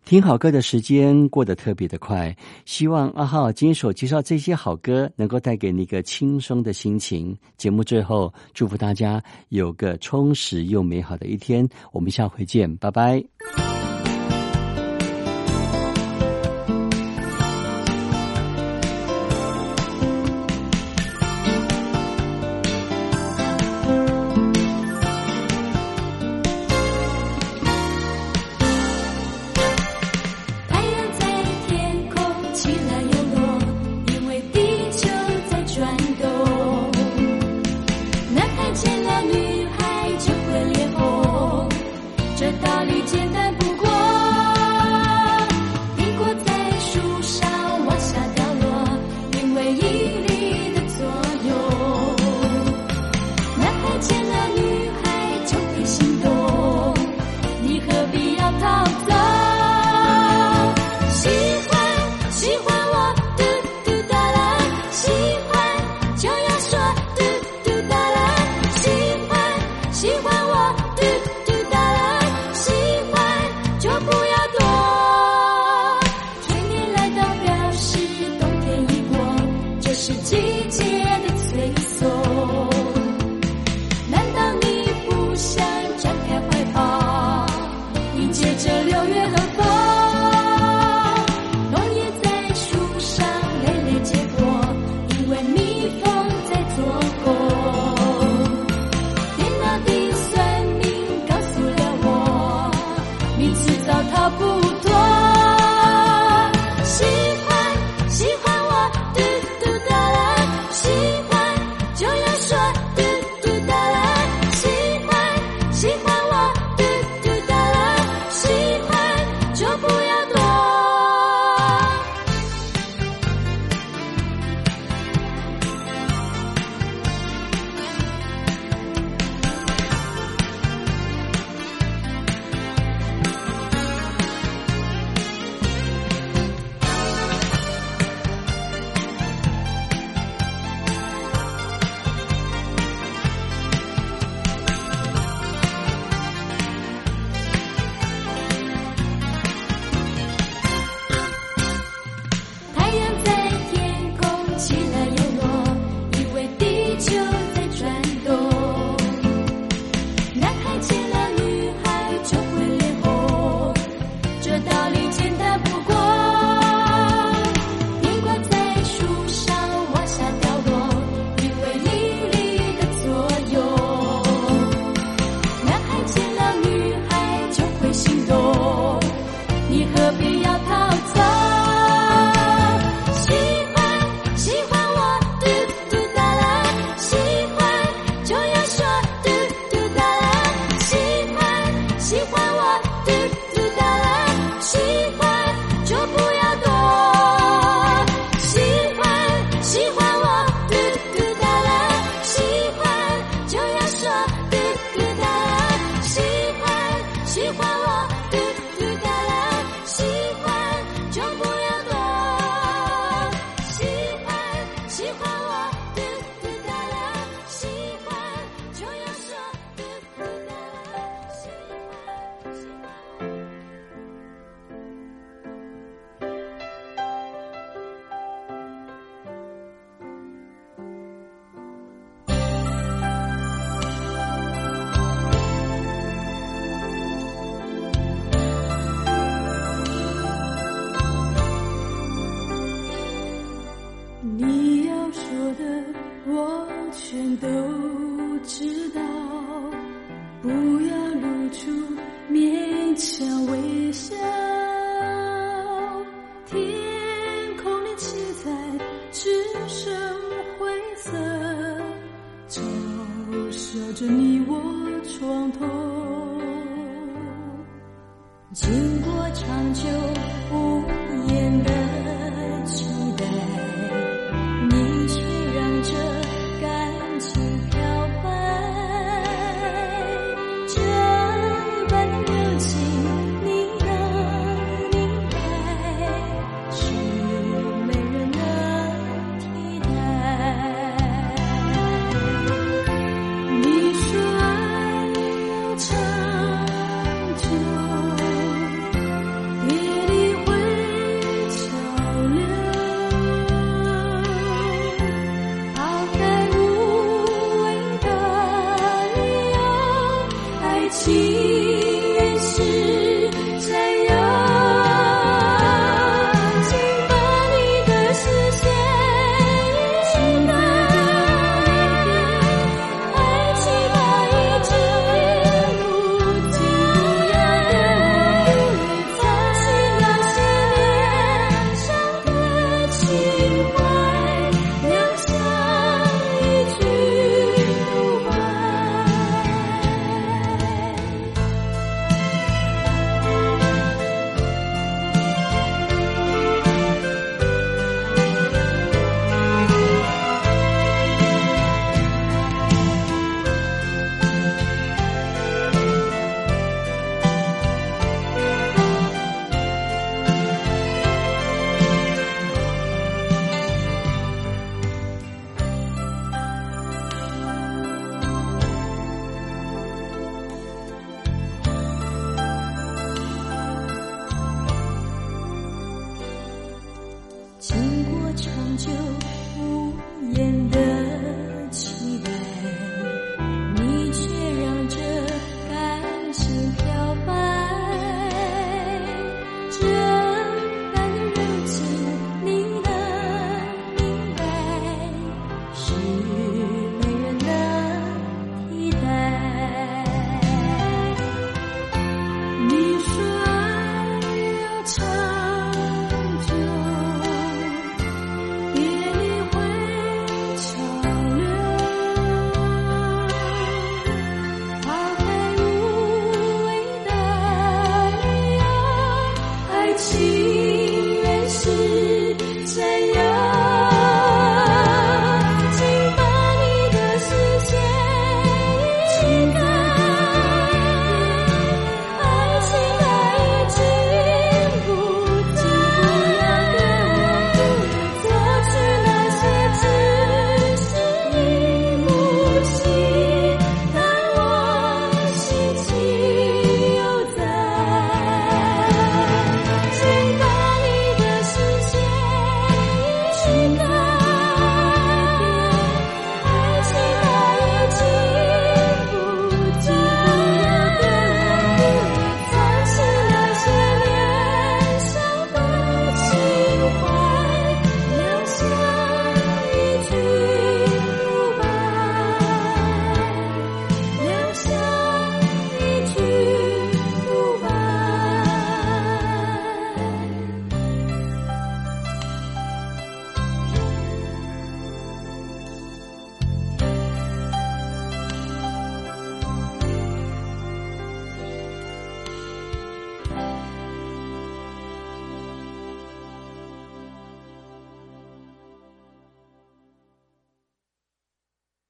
听好歌的时间过得特别的快，希望阿浩今天所介绍这些好歌能够带给你一个轻松的心情。节目最后，祝福大家有个充实又美好的一天。我们下回见，拜拜。
太阳在天空起来又落，因为地球在转动。男孩见了女孩就会脸红，这道理简单不过。苹果在树
悄微笑，天空里七彩，只剩灰色，嘲笑着你我床头。经过长久无言的期待，你却让这感情漂白。这般的柔情，你能明白，是没人能替代。你说爱要长久。别离会潮流，抛开无谓
哦
的理由，爱情原是。